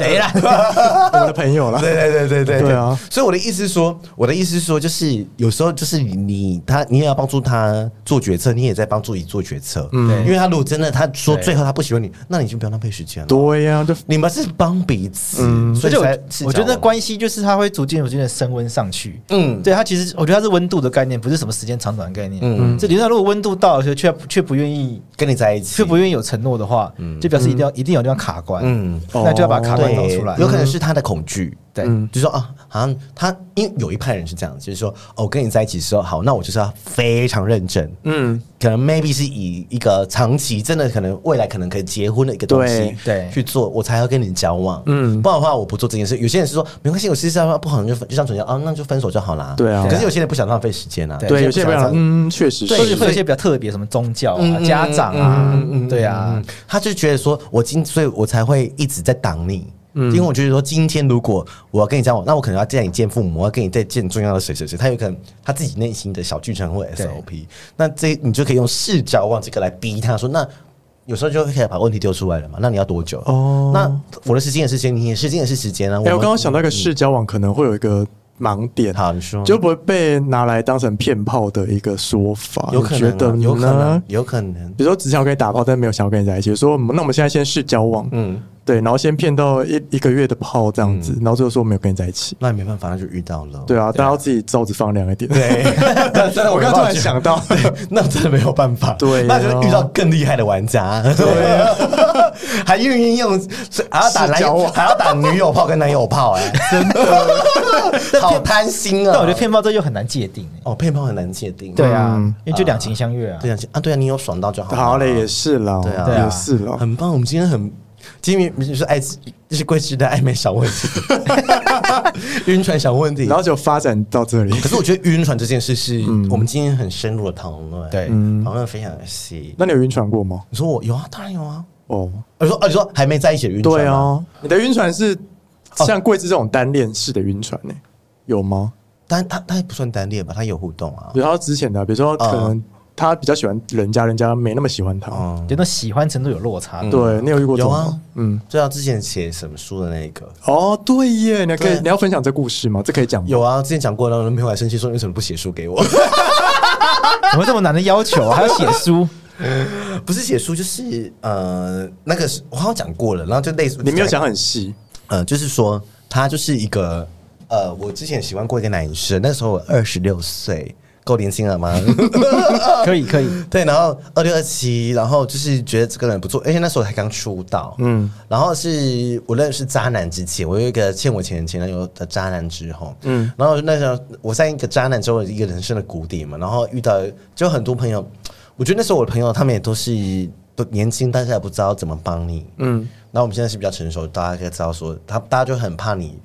Speaker 3: 谁啦？
Speaker 2: 我的朋友啦，
Speaker 1: 对对对对对
Speaker 2: 对啊！
Speaker 1: 所以我的意思是说，我的意思是说，就是有时候就是你他你也要帮助他做决策，你也在帮助你做决策。嗯，因为他如果真的他说
Speaker 3: 对
Speaker 1: 最后他不喜欢你，那你就不要浪费时间了。
Speaker 2: 对呀，就
Speaker 1: 你们是帮彼此，所
Speaker 3: 嗯而
Speaker 1: 以
Speaker 3: 且我
Speaker 1: 才是啊
Speaker 3: 我觉得
Speaker 1: 交往
Speaker 3: 关系就是它会逐渐逐渐的升温上去。
Speaker 1: 嗯
Speaker 3: 对它其实我觉得它是温度的概念，不是什么时间长短的概念。嗯，这理论上如果温度到了，却却却不愿意
Speaker 1: 跟你在一起
Speaker 3: 却不愿意有承诺的话，就表示一定要一定有地方卡关。
Speaker 1: 嗯
Speaker 3: 嗯，哦那就要把卡关找
Speaker 1: 对
Speaker 3: 出来。
Speaker 1: 有可能是他的恐惧，
Speaker 3: 对
Speaker 1: 嗯就说啊，好像他因为有一派人是这样，就是说哦，我跟你在一起的时候，好，那我就是要非常认真，嗯，可能 maybe 是以一个长期真的可能未来可能可以结婚的一个东西，
Speaker 3: 对对
Speaker 1: 去做，我才要跟你交往，嗯，不然的话我不做这件事。有些人是说没关系，我实际上不好就分就像纯洁啊，那就分手就好啦，
Speaker 2: 对啊
Speaker 1: 可是有些人不想浪费时间啊，
Speaker 2: 对，有些
Speaker 1: 不
Speaker 2: 人
Speaker 1: 想
Speaker 2: 不想
Speaker 1: 这样
Speaker 2: 嗯，确实
Speaker 3: 或者
Speaker 2: 是
Speaker 3: 会有一些比较特别，什么宗教啊、
Speaker 1: 嗯
Speaker 3: 家长啊，对啊
Speaker 1: 嗯，，他就觉得说，我今所以我才会一直在挡你。
Speaker 2: 嗯
Speaker 1: 因为我觉得说，今天如果我要跟你交往，那我可能要见你见父母，我要跟你再见重要的谁谁谁，他有可能他自己内心的小剧场或 SOP，那这你就可以用视角往这个来逼他说，那有时候就可以把问题丢出来了嘛，那你要多久？哦，那我的时间也是时间，你的时间也是时间啊。
Speaker 2: 哎、
Speaker 1: 们
Speaker 2: 我刚刚想到一个世交往可能会有一个盲点，
Speaker 1: 好，你说
Speaker 2: 就不会被拿来当成骗炮的一个说法。
Speaker 1: 有可
Speaker 2: 你
Speaker 1: 能
Speaker 2: 觉得
Speaker 1: 啊，有可能
Speaker 2: 呢，？
Speaker 1: 有可能，
Speaker 2: 比如说只想要跟你打炮，但没有想要跟你在一起，说我们那我们现在先试交往，嗯，对，然后先骗到一一个月的炮这样
Speaker 1: 嗯
Speaker 2: 子，然后最后说我没有跟你在一起，
Speaker 1: 那也没办法，那就遇到了。
Speaker 2: 对啊，大家要自己罩子放亮一点。
Speaker 1: 对， 真的，
Speaker 2: 我刚刚突然想到
Speaker 1: 对， 那真的没有办法，
Speaker 2: 对啊
Speaker 1: 那就是遇到更厉害的玩家，对， 还愿意用，还要打
Speaker 2: 是
Speaker 1: 男
Speaker 2: 交
Speaker 1: 友，
Speaker 2: 往
Speaker 1: 还要打女友炮跟男友炮，哎，真的， 好贪心啊！
Speaker 3: 但我觉得骗炮这又很难界定。欸
Speaker 1: 哦，骗炮很难界定，
Speaker 3: 嗯对啊，因为就两情相悦啊。
Speaker 1: 对啊，啊，对啊，你有爽到就好，
Speaker 2: 好嘞，也，是啦，
Speaker 1: 对啊
Speaker 3: 对啊
Speaker 2: 也是啦。
Speaker 1: 很棒，我们今天很。今天就是爱，就是贵师的暧昧小问题，晕船小问题。
Speaker 2: 然后就发展到这 里。
Speaker 1: 可是我觉得晕船这件事是我们今天很深入的讨论，
Speaker 3: 对
Speaker 2: 嗯
Speaker 1: 讨论非常的细。
Speaker 2: 那你有晕船过吗？
Speaker 1: 你说我有啊，当然有啊。
Speaker 2: 哦，
Speaker 1: 我说啊，你说还没在一起的晕船？
Speaker 2: 对，啊，你的晕船是像贵子这种单恋式的晕船呢、有吗？
Speaker 1: 但他他也不算单恋吧，他有互动啊
Speaker 2: 比。如他之前的，比如
Speaker 1: 哦
Speaker 2: 说可能他比较喜欢人家，人家没那么喜欢他。
Speaker 1: 嗯，
Speaker 3: 就那喜欢程度有落差的，
Speaker 2: 对啊你有遇过这
Speaker 1: 有
Speaker 2: 种
Speaker 1: 啊
Speaker 2: 吗？，
Speaker 1: 嗯，对啊，之前写什么书的那个。
Speaker 2: 哦，对耶，你可以
Speaker 1: 对
Speaker 2: 你要分享这故事吗？这可以讲吗？
Speaker 1: 有啊，之前讲过，然后男朋友还生气说：“你为什么不写书给我？
Speaker 3: 啊怎么这么难的要求啊？还要写书？
Speaker 1: 不是写书，就是呃，那个是我好像讲过了，然后就类似
Speaker 2: 你没有讲很细
Speaker 1: 呃，就是说他就是一个呃，我之前喜欢过一个男生，那时候我二十六岁，够年轻了吗？
Speaker 3: 可以可以，
Speaker 1: 对，然后二六二七，然后就是觉得这个人不错，而且那时候才刚出道，嗯，然后是我认识渣男之前，我有一个欠我钱的前男友的渣男之后，嗯，然后那时候我在一个渣男之后一个人生的谷底嘛，然后遇到就很多朋友，我觉得那时候我的朋友他们也都是都年轻，但是还不知道怎么帮你，嗯，那我们现在是比较成熟，大家可以知道说他大家就很怕你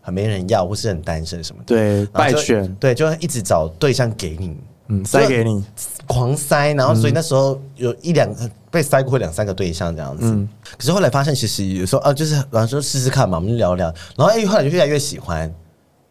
Speaker 1: 很没人要或是很单身什么的，
Speaker 2: 对
Speaker 1: 然后
Speaker 2: 败
Speaker 1: 啊就
Speaker 2: 犬，
Speaker 1: 对，就一直找对象给你，
Speaker 2: 嗯，塞给你，嗯
Speaker 1: 狂塞，然后所以那时候有一两个被塞过两三个对象这样子。
Speaker 2: 嗯
Speaker 1: 可是后来发现，其实有时候啊，就是然后说试试看嘛，我们就聊聊，然后哎、后来就越来越喜欢。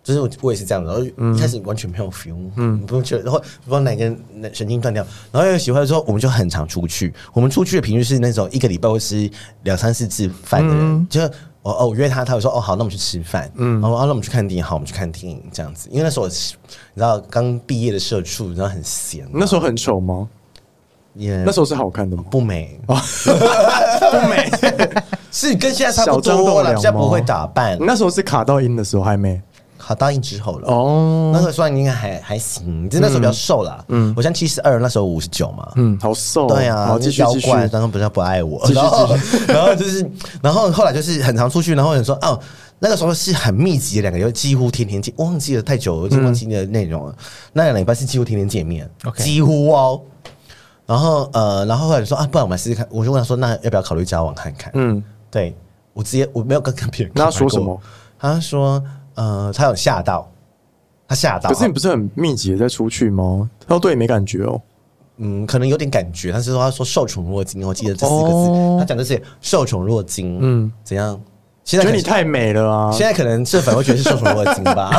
Speaker 1: 就是我我也是这样子，然后一开始完全没有 feel，嗯，不用觉得，然后不知道哪根神经断掉，然后又喜欢之后，我们就很常出去，我们出去的频率是那种一个礼拜会吃两三四次饭的人，
Speaker 2: 嗯
Speaker 1: 就是我哦我约他，他会说哦好，那我们去吃饭，嗯，然后啊那我们去看电影，好，我们去看电影这样子，因为那时候我是你知道刚毕业的社畜，然后很闲，
Speaker 2: 那时候很丑吗？
Speaker 1: 也
Speaker 2: 那时候是好看的吗？
Speaker 1: 不美， 不美，是跟现在差不
Speaker 2: 小张
Speaker 1: 多
Speaker 2: 栋
Speaker 1: 了，
Speaker 2: 梁
Speaker 1: 现在不
Speaker 2: 吗
Speaker 1: 会打扮
Speaker 2: 你。那时候是卡到音的时候还没
Speaker 1: 好，答应之后了。
Speaker 2: 哦，
Speaker 1: 那时候算应该还还行，就那时候比较瘦啦。嗯，我现在七十二，那时候五十九嘛。
Speaker 2: 嗯，好瘦哦，
Speaker 1: 对啊，
Speaker 2: 好继续
Speaker 1: 妖
Speaker 2: 继续，
Speaker 1: 怪，然后不是不爱我，
Speaker 2: 继续
Speaker 1: 然后 然后就是，然后后来就是很常出去，然后有人说哦，那个时候是很密集的两个月，几乎天天见，忘记了
Speaker 2: 嗯
Speaker 1: 太久了，我已经忘记了内容了。那两个礼拜是几乎天天见面
Speaker 3: OK
Speaker 1: 几乎哦。然后呃，然后后来说啊，不然我们试试看。我就问他说，那要不要考虑交往看看？
Speaker 2: 嗯，
Speaker 1: 对我直接我没有跟跟别人
Speaker 2: 那他
Speaker 1: 告白
Speaker 2: 说什
Speaker 1: 过
Speaker 2: 么？
Speaker 1: 他说呃，他有吓到，他吓到。
Speaker 2: 可是你不是很密集的在出去吗？他对你没感觉哦。
Speaker 1: 嗯，可能有点感觉，但是说他说受宠若惊，我记得这四个字，
Speaker 2: 哦
Speaker 1: 他讲的是受宠若惊。嗯
Speaker 2: 嗯，
Speaker 1: 怎样？现在
Speaker 2: 觉得
Speaker 1: 可能
Speaker 2: 你太美了啊！
Speaker 1: 现在可能这粉会觉得是受宠若惊吧，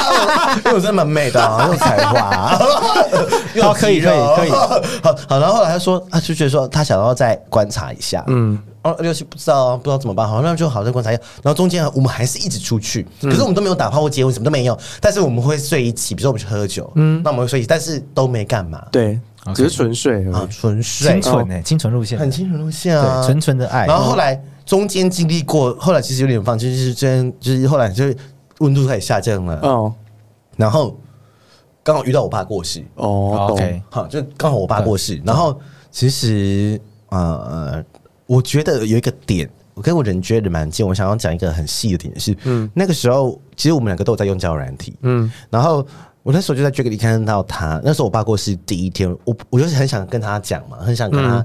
Speaker 1: 因为我真的蛮美的、啊，又有才华、啊，又 有
Speaker 3: 好可以
Speaker 1: 肌肉
Speaker 3: 可以可以
Speaker 1: 好好。然后后来他说，他就觉得说他想要再观察一下，嗯
Speaker 2: 嗯，
Speaker 1: 哦，又是不知道不知道怎么办，好，那就好再观察一下。然后中间我们还是一直出去，
Speaker 3: 嗯
Speaker 1: 可是我们都没有打炮或结婚，什么都没有，但是我们会睡一起，比如说我们去喝酒，嗯，那我们会睡一起，但是都没干嘛，
Speaker 2: 对，只是纯睡而
Speaker 3: 嗯
Speaker 1: 啊
Speaker 2: 已，。
Speaker 1: 纯睡
Speaker 3: 清，纯哎、清纯路线，
Speaker 1: 很清纯路线啊，
Speaker 3: 对，纯纯的爱。
Speaker 1: 然后后来中间经历过，后来其实有点放弃，就是真就是后来就温度开始下降
Speaker 3: 嗯
Speaker 1: 了，
Speaker 2: 哦
Speaker 1: 然后刚好遇到我爸过世，
Speaker 2: 哦，懂
Speaker 3: OK，
Speaker 1: 好，就刚好我爸过
Speaker 3: 嗯
Speaker 1: 世，然后其实呃，我觉得有一个点。我跟我人觉得蛮近，我想要讲一个很细的点是，嗯，那个时候其实我们两个都有在用交友软体，嗯，然后我那时候就在 j a c k 里看到他，那时候我爸过世第一天，我我就是很想跟他讲嘛，很想跟他、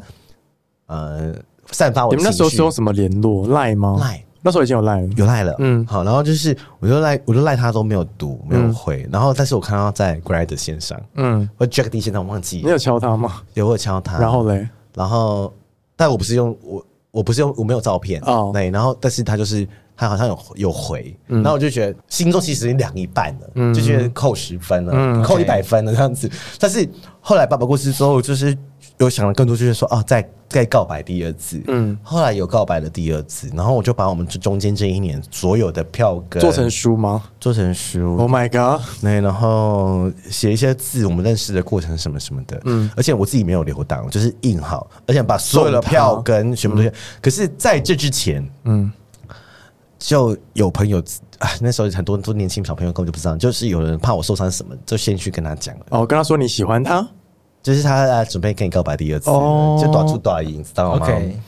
Speaker 1: 呃散发我
Speaker 2: 嗯你
Speaker 1: 的
Speaker 2: 们那
Speaker 1: 情
Speaker 2: 时候
Speaker 1: 绪
Speaker 2: 是用什么联络？赖吗？
Speaker 1: Line
Speaker 2: 那时候已经有赖了。
Speaker 1: 有赖了，嗯，
Speaker 2: 嗯
Speaker 1: 好，然后就是我就赖，我就赖他都没有读，没有回，然后但是我看到在 Grad 线上
Speaker 2: 嗯，
Speaker 1: 或 Jack D 线上，我忘记
Speaker 2: 你有敲他吗？
Speaker 1: 有我有敲他，
Speaker 2: 然后嘞，
Speaker 1: 然后但我不是用我我不是用我没有照片哦
Speaker 2: 哦，嗯
Speaker 1: 对，然后但是他就是他好像有有回，然后我就觉得心中其实已经凉一半了，就觉得扣十分了，
Speaker 2: 嗯
Speaker 1: 扣一百分了这样子，但是后来爸爸过世之后，就是有想了更多，就是说哦，再再告白第二次，嗯
Speaker 2: 嗯，
Speaker 1: 后来有告白的第二次，然后我就把我们这中间这一年所有的票根
Speaker 2: 做成书吗
Speaker 1: 做成书，
Speaker 2: ？Oh my god！
Speaker 1: 对，然后写一些字，我们认识的过程什么什么的，嗯，而且我自己没有留档，就是印好，而且把所有的票跟全部
Speaker 2: 嗯
Speaker 1: 都写。可是在这之前，嗯，就有朋友啊，那时候很多很多年轻小朋友根本就不知道，就是有人怕我受伤什么，就先去跟他讲了，
Speaker 2: 哦，跟他说你喜欢他，
Speaker 1: 就是他啊准备跟你告白第二次了，
Speaker 2: 哦
Speaker 1: 就短出短影，知道吗
Speaker 3: OK，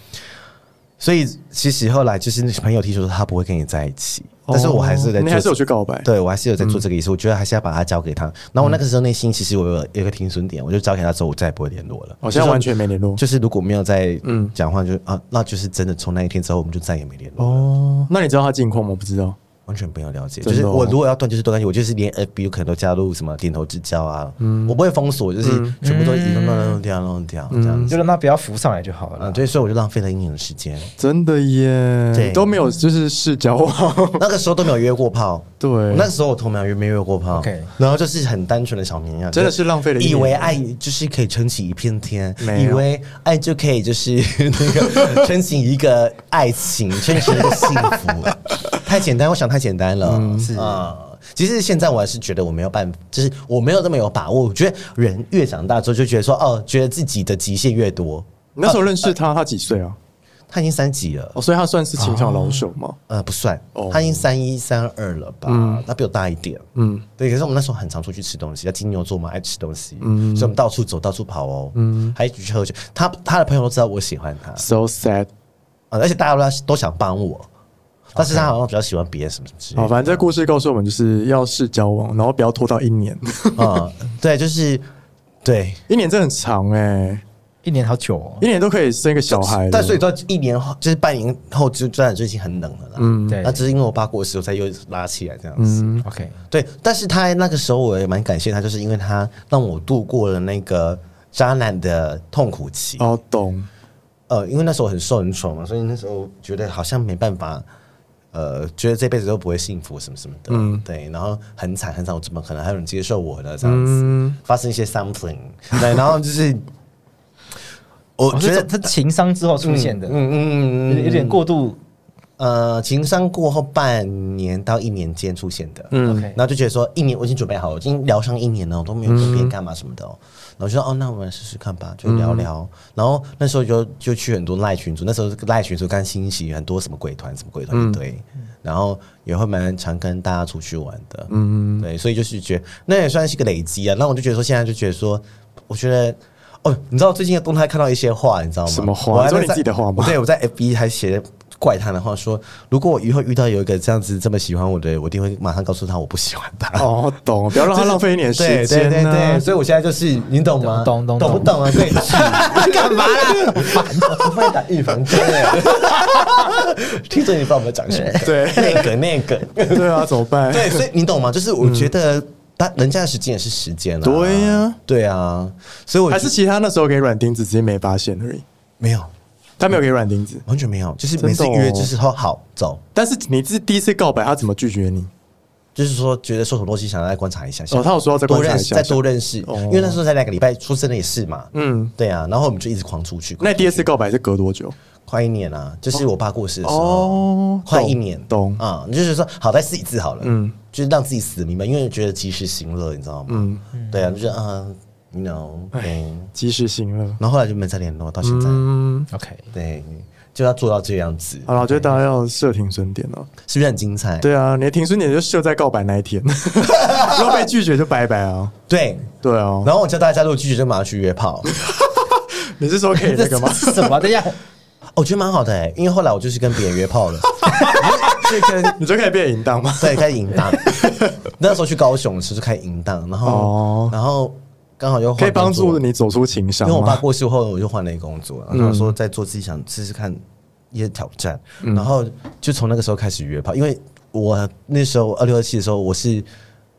Speaker 1: 所以其实后来就是那朋友提出说他不会跟你在一起，但是我还是在
Speaker 2: 哦
Speaker 1: 做
Speaker 2: 你还是有去告白。
Speaker 1: 对我还是有在做这个意思，我觉得还是要把它交给他。然后我那个时候内心其实我有有一个停损点，我就交给他之后，我再也不会联络了。
Speaker 2: 哦，现在完全没联络。
Speaker 1: 就是如果没有在讲话就，啊，那就是真的从那一天之后，我们就再也没联络，
Speaker 2: 哦，那你知道他近况吗？不知道。
Speaker 1: 完全不要了解。
Speaker 2: 真
Speaker 1: 就
Speaker 2: 的
Speaker 1: 是
Speaker 2: 哦
Speaker 1: 我如果要断，就是断关系，我就是连 FB 可能都加入什么点头之交啊，我不会封锁，就是全部都移动弄弄掉弄掉这样
Speaker 3: 你
Speaker 1: 子。
Speaker 3: 就让他不要浮上来就好了
Speaker 1: 啊，
Speaker 3: 啦。
Speaker 1: 对，所以我就浪费了一年的时间，
Speaker 2: 真的耶，
Speaker 1: 对
Speaker 2: 都没有就是视交往。
Speaker 1: 那个时候都没有约过炮。
Speaker 2: 对
Speaker 1: 我那个时候我从来没约过炮
Speaker 3: OK
Speaker 1: 然后就是很单纯的小绵羊，
Speaker 2: 真的是浪费了一
Speaker 1: 以
Speaker 2: 年
Speaker 1: 为爱就是可以撑起一片天，
Speaker 2: 没
Speaker 1: 以
Speaker 2: 有
Speaker 1: 为爱就可以就是那 个撑起一个爱情，撑起一个幸 福，太简单，我想太简单了，
Speaker 2: 嗯
Speaker 1: 是啊。其实现在我还是觉得我没有办法，就是我没有那么有把握。我觉得人越长大之后就觉得说，哦，觉得自己的极限越多。
Speaker 2: 你那时候认识他，他几岁啊？
Speaker 1: 他已经三级了，
Speaker 2: 哦，所以他算是情场老手吗？
Speaker 1: 呃，不算
Speaker 2: 哦，
Speaker 1: 他已经三一三二了吧？他比我大一点，嗯，对。可是我们那时候很常出去吃东西，在金牛座嘛，爱吃东西，嗯，所以我们到处走，到处跑哦，嗯，还一起去喝酒。他他的朋友都知道我喜欢他，
Speaker 2: 啊 So sad。
Speaker 1: 呃而且大家都都想帮我，但是他好像比较喜欢别人什么什么之类
Speaker 2: 好，
Speaker 1: 的，
Speaker 2: 反正这故事告诉我们，就是要试交往，然后不要拖到一 年。
Speaker 1: 嗯，对，就是对。
Speaker 2: 一年真的很长哎、
Speaker 3: 一年好久哦
Speaker 2: 一。年都可以生一个小孩了。
Speaker 1: 但所以到一年后，就是半年后就真的就已经很冷了啦。嗯，
Speaker 3: 对嗯
Speaker 1: 那只是因为我爸过世，我才又拉起来这样子。
Speaker 3: OK，
Speaker 1: 对，但是他那个时候我也蛮感谢他，就是因为他让我度过了那个渣男的痛苦期。
Speaker 2: 哦，懂。
Speaker 1: 呃，因为那时候很瘦很丑嘛，所以那时候觉得好像没办法，呃，觉得这辈子都不会幸福什么什么的。嗯，对，然后很惨很惨，我怎么可能还有人接受我呢？这样子、
Speaker 2: 嗯
Speaker 1: 发生一些 something，对，然后就是。我
Speaker 3: 我
Speaker 1: 觉
Speaker 3: 觉
Speaker 1: 得
Speaker 3: 得他情商之后出现的，
Speaker 1: 嗯嗯
Speaker 3: 有有点过度。
Speaker 1: 呃，情商过后半年到一年间出现的，嗯，
Speaker 3: OK
Speaker 1: 然后就觉得说一年我已经准备好了，我已经疗伤一年了，我都没有跟
Speaker 2: 嗯
Speaker 1: 别人干嘛什么的、哦，然后就说哦，那我们来试试看吧，就聊聊。然后那时候就就去很多赖群组，那时候赖群组刚兴起，很多什么鬼团什么鬼
Speaker 2: 嗯
Speaker 1: 团一堆，然后也会蛮常跟大家出去玩的，嗯，对，所以就是觉得那也算是一个累积啊。那我就觉得说现在就觉得说，我觉得。哦，你知道最近的动态看到一些话，你知道吗？
Speaker 2: 什么话
Speaker 1: 我还
Speaker 2: 你说
Speaker 1: 在
Speaker 2: 你自己的话吗
Speaker 1: 对，我在 FB 还写怪他的话说，如果我以后遇到有一个这样子这么喜欢我的，我一定会马上告诉他我不喜欢他。
Speaker 2: 哦，懂，不要 让他浪费一点时
Speaker 1: 对对
Speaker 2: 间啊
Speaker 1: 对对，
Speaker 2: 呢。
Speaker 1: 所以我现在就是你懂吗？
Speaker 3: 懂懂懂
Speaker 1: 懂不懂啊？对， 干嘛啦？烦，我不会打预防针 哎。听众，你不知道我们在讲什么？
Speaker 2: 对
Speaker 1: 那个那个，
Speaker 2: 对啊，怎么办？
Speaker 1: 对，所以你懂吗？就是我觉得，但人家的时间也是时间
Speaker 2: 嗯
Speaker 1: 了。
Speaker 2: 对呀
Speaker 1: 对啊，所以我
Speaker 2: 还是其实他那时候给软钉子，只是没发现而已。
Speaker 1: 没有，
Speaker 2: 他没有给软钉子，
Speaker 1: 完全没有，就是
Speaker 2: 真的
Speaker 1: 每次
Speaker 2: 哦
Speaker 1: 约就是说好走，
Speaker 2: 但是你是第一次告白，他怎么拒绝你？
Speaker 1: 就是说觉得说什么东西想要再观察一下下。
Speaker 2: 哦他有说要再
Speaker 1: 多
Speaker 2: 观察
Speaker 1: 认
Speaker 2: 一
Speaker 1: 识，
Speaker 2: 下
Speaker 1: 再
Speaker 2: 下
Speaker 1: 多认识，
Speaker 2: 哦
Speaker 1: 因为那时候才两个礼拜，说真的也是嘛。
Speaker 2: 嗯，
Speaker 1: 对啊，然后我们就一直狂出去，
Speaker 2: 那你第二次告白是隔多久？
Speaker 1: 快一年啊，就是我爸过世的时候，
Speaker 2: 哦
Speaker 1: 快
Speaker 2: 懂
Speaker 1: 一年，
Speaker 2: 懂
Speaker 1: 啊、就是说好再试一次好了，嗯
Speaker 2: 嗯，
Speaker 1: 就是让自己死明白，因为觉得及时行乐，你知道吗？嗯，对啊，就是啊、y o u know，对，
Speaker 2: 及时行乐。
Speaker 1: 然后后来就没再联络，到现在，
Speaker 2: 嗯，
Speaker 3: OK，？
Speaker 1: 对，就要做到这样子，
Speaker 2: 好了，我觉得大家要设停损点了。
Speaker 1: 是不是很精彩？
Speaker 2: 对啊，你的停损点就设在告白那一天， 如果被拒绝就拜拜啊。
Speaker 1: 对，
Speaker 2: 对啊，
Speaker 1: 然后我叫大家如果拒绝就马上去 约炮，
Speaker 2: 你是说可以那个吗
Speaker 3: 是什么？等一下，
Speaker 1: 哦我觉得蛮好的、欸，因为后来我就是跟别人约炮了，就是 跟
Speaker 2: 你就可以变淫 荡吗？
Speaker 1: 对，开始淫荡。那时候去高雄的时候就开始淫荡，然后、
Speaker 2: 哦
Speaker 1: 然后刚好又换
Speaker 2: 可以帮
Speaker 1: 工
Speaker 2: 助
Speaker 1: 作，
Speaker 2: 你走出情伤
Speaker 1: 因为我爸
Speaker 2: 吗？嗯
Speaker 1: 过世后我就换了一个工作，然后想说再做自己想试试看一些挑战，然后就从那个时候开始约炮，因为我那时候二六二七的时候我是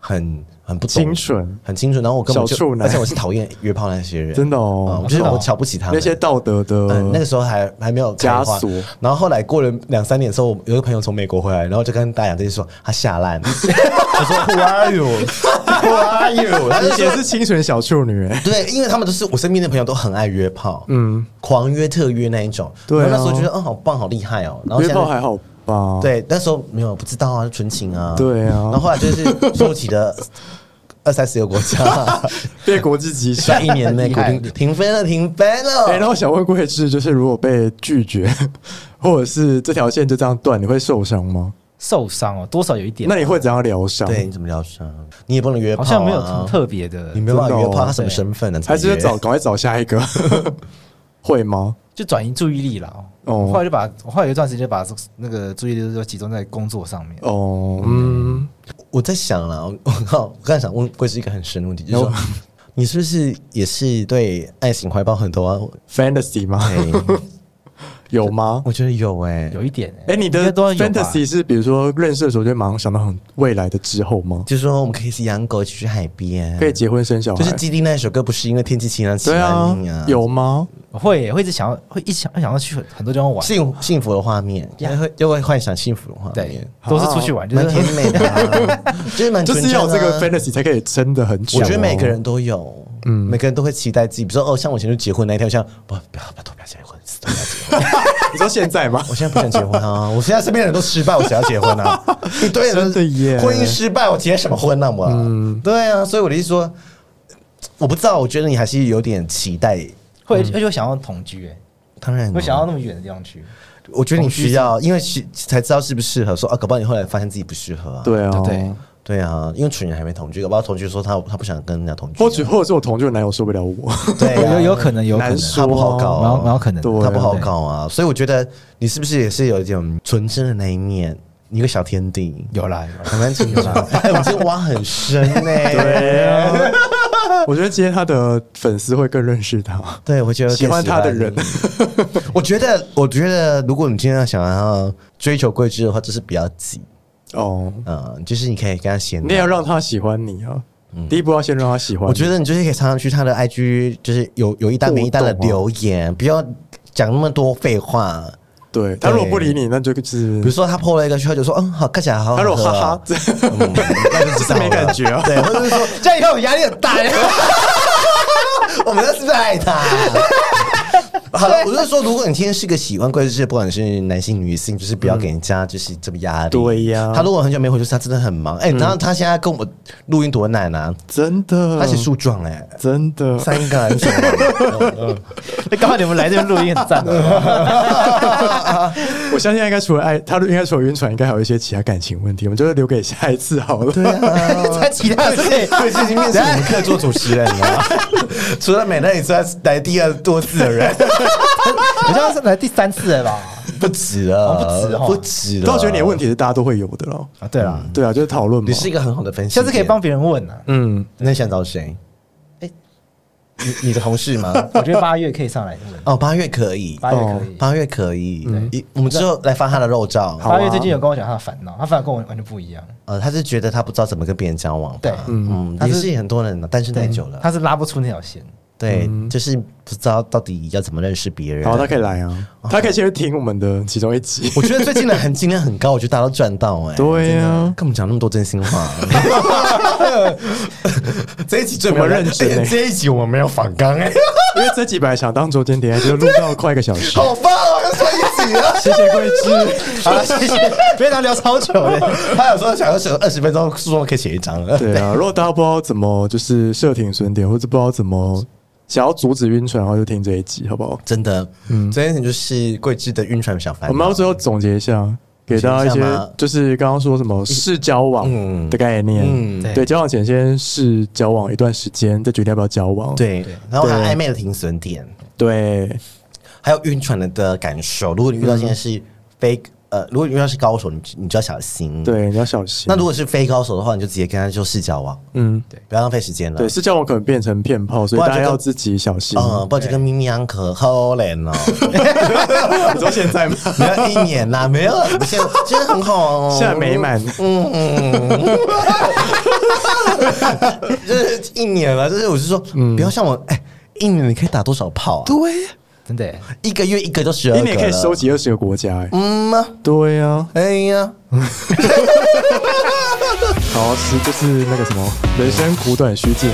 Speaker 1: 很很不懂
Speaker 2: 清纯
Speaker 1: 很清纯，然后我根本
Speaker 2: 小
Speaker 1: 就
Speaker 2: 处，男
Speaker 1: 而且我是讨厌约炮那些人，
Speaker 2: 真的哦
Speaker 1: 嗯我就是
Speaker 3: 真的哦
Speaker 1: 我瞧不起他们
Speaker 2: 那些道德
Speaker 1: 嗯，那个
Speaker 2: 的，
Speaker 1: 时候还还没有开花
Speaker 2: 枷锁
Speaker 1: 然后后来过了两三年之后，我有一个朋友从美国回来，然后就跟大家讲这些说他下 烂，他 说 Who are you? Who are you? 他
Speaker 2: 而
Speaker 1: 就
Speaker 2: 且
Speaker 1: 说
Speaker 2: 是清纯小处女，哎
Speaker 1: 对，因为他们都是我身边的朋友都很爱约炮，嗯，狂约特约那一种。
Speaker 2: 对啊
Speaker 1: 然后那时候觉得嗯好棒好厉害哦，然后
Speaker 2: 约
Speaker 1: 现
Speaker 2: 炮
Speaker 1: 在。
Speaker 2: 还好吧？，
Speaker 1: 对，那时候没有不知道啊，纯情啊，
Speaker 2: 对啊
Speaker 1: 然后后来就是收集了二三十个国家，
Speaker 2: 变国际级
Speaker 1: 在一年内
Speaker 3: 厉
Speaker 1: 固
Speaker 3: 害
Speaker 1: 定停飞了，停飞了。
Speaker 2: 哎、那我想问贵志，就是如果被拒绝，或者是这条线就这样断，你会受伤吗？
Speaker 3: 受伤哦，多少有一点
Speaker 2: 那，你会怎样疗伤？
Speaker 1: 对，你怎么疗伤？你也不能约炮、
Speaker 3: 好
Speaker 1: 啊，
Speaker 3: 像没有什么特别的
Speaker 1: 你，没有办法约
Speaker 2: 真的
Speaker 1: 炮，
Speaker 2: 哦
Speaker 1: 他什么身份呢？
Speaker 2: 还是
Speaker 1: 怎么
Speaker 2: 就
Speaker 1: 约
Speaker 2: 找赶快找下一个？ 会吗？
Speaker 3: 就转移注意力了哦。
Speaker 2: 哦
Speaker 3: 我后来就把，我后来有一段时间就把那个注意力都集中在工作上面。
Speaker 2: 哦，嗯，
Speaker 1: 我在想了，我 靠，我刚才想问，会是一个很深的问题，就是说，你是不是也是对爱情怀抱 很多啊？
Speaker 2: fantasy 吗？
Speaker 1: 哎
Speaker 2: 有吗？
Speaker 1: 我觉得有哎、
Speaker 3: 有一点欸，
Speaker 2: 哎、你
Speaker 3: 应该
Speaker 2: 的
Speaker 3: 多少有吧
Speaker 2: fantasy 是比如说认识的时候就马上想到很未来的之后吗？
Speaker 1: 就是说我们可以一起养狗，一起去海边，
Speaker 2: 可以结婚生小孩？
Speaker 1: 就是基地那首歌，不是因为天气晴朗喜
Speaker 2: 对啊
Speaker 1: 欢你啊，，
Speaker 2: 有吗？
Speaker 3: 会会一直想要，会一直想想要去很多地方玩，
Speaker 1: 幸幸福的画面，就会就会幻想幸福的画
Speaker 3: 对
Speaker 1: 面，，
Speaker 3: 都是出去玩，就
Speaker 1: 蛮甜
Speaker 3: 是
Speaker 1: 美的、啊，就是蛮
Speaker 2: 就是
Speaker 1: 纯真
Speaker 2: 要有这
Speaker 1: 啊
Speaker 2: 个哦 fantasy 才可以撑得很久、
Speaker 1: 我觉得每个。人都有，嗯，每个人都会期待自己，比如说哦，像我以前就结婚那一天，我像不不要拜托不要结婚，死都不要结婚。
Speaker 2: 你说现在吗？
Speaker 1: 我现在不想结婚啊！ 我现在身边人都失败，我谁要结婚 啊？一堆人都
Speaker 2: 真的耶嗯
Speaker 1: 婚姻失败，我结什么婚啊？我，对啊，所以我的意思说，我不知道，我觉得你还是有点期待。
Speaker 3: 会而且会想要同居，哎，
Speaker 1: 当然，啊
Speaker 3: 会想要，那么远的地方去，
Speaker 1: 我觉得你需要，因为其才知道适不适合。说啊，搞不好你后来发现自己不适合啊。
Speaker 2: 对啊，
Speaker 3: 对
Speaker 1: 对啊，因为蠢人还没同居，搞不好同居说他他不想跟人家同居啊、
Speaker 2: 或许或者是我同居的男友受不了我，
Speaker 1: 对啊、
Speaker 3: 有有可能有可能
Speaker 2: 难，说
Speaker 1: 他不好搞啊
Speaker 3: 蛮有蛮有可能的，
Speaker 2: 对
Speaker 1: 他不好搞啊，所以我觉得你是不是也是有一点纯真的那一面，你有个小天地，
Speaker 3: 有啦有啦，
Speaker 1: 很难情 啦。哎，我今天挖很深呢、
Speaker 2: 对啊， 我觉得今天他的粉丝会更认识他，
Speaker 1: 对，我觉得
Speaker 2: 呃喜欢他的人
Speaker 1: 更喜欢你，我觉得，我觉得，如果你今天要想要追求桂枝的话，就是比较急，
Speaker 2: 哦。
Speaker 1: 嗯，就是你可以跟他闲
Speaker 2: 你也
Speaker 1: 聊。
Speaker 2: 要让他喜欢你啊，第一步要先让他喜欢你。
Speaker 1: 我觉得你就是可以常常去他的 IG，就是有有一搭没一搭的
Speaker 2: 互动啊
Speaker 1: 留言，不要讲那么多废话。
Speaker 2: 对他如果不理你，那就是哦
Speaker 1: 比如说他 PO 了一个需要就说嗯好看起来好好喝
Speaker 2: 他
Speaker 1: 啊，
Speaker 2: 如果哈哈，这
Speaker 1: 嗯，那就知道了
Speaker 2: 没感觉啊
Speaker 1: 对，或者是说
Speaker 3: 这样以后我压力很大，
Speaker 1: 我们是不是爱他？好了，我是说，如果你今天是个喜欢贵志，不管是男性女性，就是不要给人家就是这么压力。
Speaker 2: 对呀
Speaker 1: 他如果很久没回，就是他真的很忙。哎，然后他现在跟我录音多难啊，
Speaker 2: 真的，
Speaker 1: 他写诉状哎，
Speaker 2: 真的，
Speaker 1: 三个人。
Speaker 3: 刚好你们来这边录音很赞的，
Speaker 2: 我相信他应该除了爱，他应该除了晕船，应该还有一些其他感情问题，我们就是留给下一次好了。
Speaker 1: 对啊，
Speaker 3: 才其他事 情，
Speaker 1: 贵志已经面试我们课做主持人了，除了美乐以外，来第二多次的人。
Speaker 3: 我这样是来第三次了吧？
Speaker 1: 不止了，
Speaker 3: 好像不止哦
Speaker 1: 不止了。
Speaker 2: 啊但我觉得你的问题是大家都会有的了。
Speaker 3: 啊，对啦，
Speaker 2: 对啊，就是讨论嘛
Speaker 1: 你。是一个很好的分析，
Speaker 3: 下次可以帮。别人问啊。
Speaker 2: 嗯，
Speaker 1: 那你想找谁？
Speaker 3: 哎
Speaker 1: 你你的同事吗？
Speaker 3: 我觉得八月可以上来问，
Speaker 1: 哦，八月可以，
Speaker 3: 八月可以。
Speaker 1: 八月可以。一我们之后来发他的肉照。
Speaker 2: 好啊
Speaker 3: 八月最近有跟我讲他的烦恼，他烦恼跟我完全不一样。
Speaker 1: 呃，他是觉得他不知道怎么跟别人交往吧。
Speaker 3: 对
Speaker 1: 嗯，
Speaker 3: 他
Speaker 1: 也
Speaker 3: 是
Speaker 1: 是很多人了，单身太久了。
Speaker 3: 他是拉不出那条线。
Speaker 1: 对，就是不知道到底要怎么认识别人。
Speaker 2: 好，他可以来啊，他可以先去听我们的其中一集。
Speaker 1: 我觉得最近的含金量很高，我觉得大家都赚到哎、
Speaker 2: 对啊呀、
Speaker 1: 跟我们讲那么多真心话，这一集这
Speaker 2: 我们认真欸
Speaker 1: 这一集我们没有反刚哎、
Speaker 2: 因为这集本来想当周间谍，就录到快一个小 时。
Speaker 1: 好棒哦，又算一集了。
Speaker 2: 谢谢桂枝。
Speaker 1: 好了，谢谢， 别让他聊超久了。他有说想要写二十分钟，说可以写一张了。
Speaker 2: 对 啊，如果大家不知道怎么就是设停损点，或者不知道怎么想要阻止晕船的话，就听这一集好不好？
Speaker 1: 真的，嗯，这件事情就是桂枝的晕船小烦恼。
Speaker 2: 我们要最后总结一下，给大家一
Speaker 1: 总结一下吗
Speaker 2: 些就是刚刚说什么试交往
Speaker 1: 嗯
Speaker 2: 的概念。
Speaker 1: 嗯
Speaker 3: 对
Speaker 2: 对，交往前先试交往一段时间，再决定要不要交往。
Speaker 1: 对
Speaker 3: 对，
Speaker 1: 然后还有暧昧的停损点，
Speaker 2: 对，
Speaker 1: 还有晕船的的感受。如果你遇到现在是
Speaker 2: 嗯
Speaker 1: 非、呃，如果你遇到是高手，你你就要小心。，
Speaker 2: 对，你要小心。
Speaker 1: 那如果是非高手的话，你就直接跟他就试交往，
Speaker 2: 嗯，
Speaker 1: 不要浪费时间了。
Speaker 2: 对，试交往可能变成骗炮，所以
Speaker 1: 不
Speaker 2: 大
Speaker 1: 然
Speaker 2: 家
Speaker 1: 就跟
Speaker 2: 要自己小心。
Speaker 1: 嗯，不然就跟咪咪安可好脸哦， 嗯
Speaker 2: 你说现在吗？
Speaker 1: 没有一年啦，没有，现在真的很好哦，
Speaker 2: 现在美满，
Speaker 1: 就是一年了，就是我是说，不要像我，哎、一年你可以打多少炮啊？
Speaker 2: 嗯对，
Speaker 3: 真的耶，
Speaker 1: 一个月一个就十二个
Speaker 2: 一
Speaker 1: 了，
Speaker 2: 年可以收集二十个国家、欸。
Speaker 1: 嗯吗？
Speaker 2: 对啊，
Speaker 1: 哎呀，
Speaker 2: 好，是就是那个什么，人生苦短须 尽，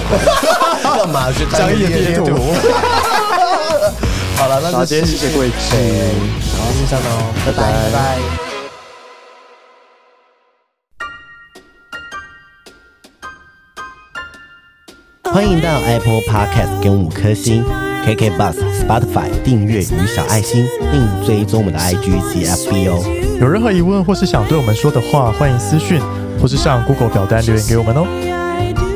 Speaker 1: 干嘛去
Speaker 2: 讲一点图。
Speaker 1: 好了，那
Speaker 2: 好，
Speaker 1: 就
Speaker 2: 今天谢谢桂枝。
Speaker 1: 好，就这样喽，拜拜。
Speaker 3: 拜拜。
Speaker 1: 欢迎到 Apple Podcast 给我们五颗星，KK Bus、Spotify 订阅与小爱心，并追踪我们的 IG 及 FB 哦。
Speaker 2: 有任何疑问或是想对我们说的话，欢迎私讯或是上 Google 表单留言给我们哦。
Speaker 4: I do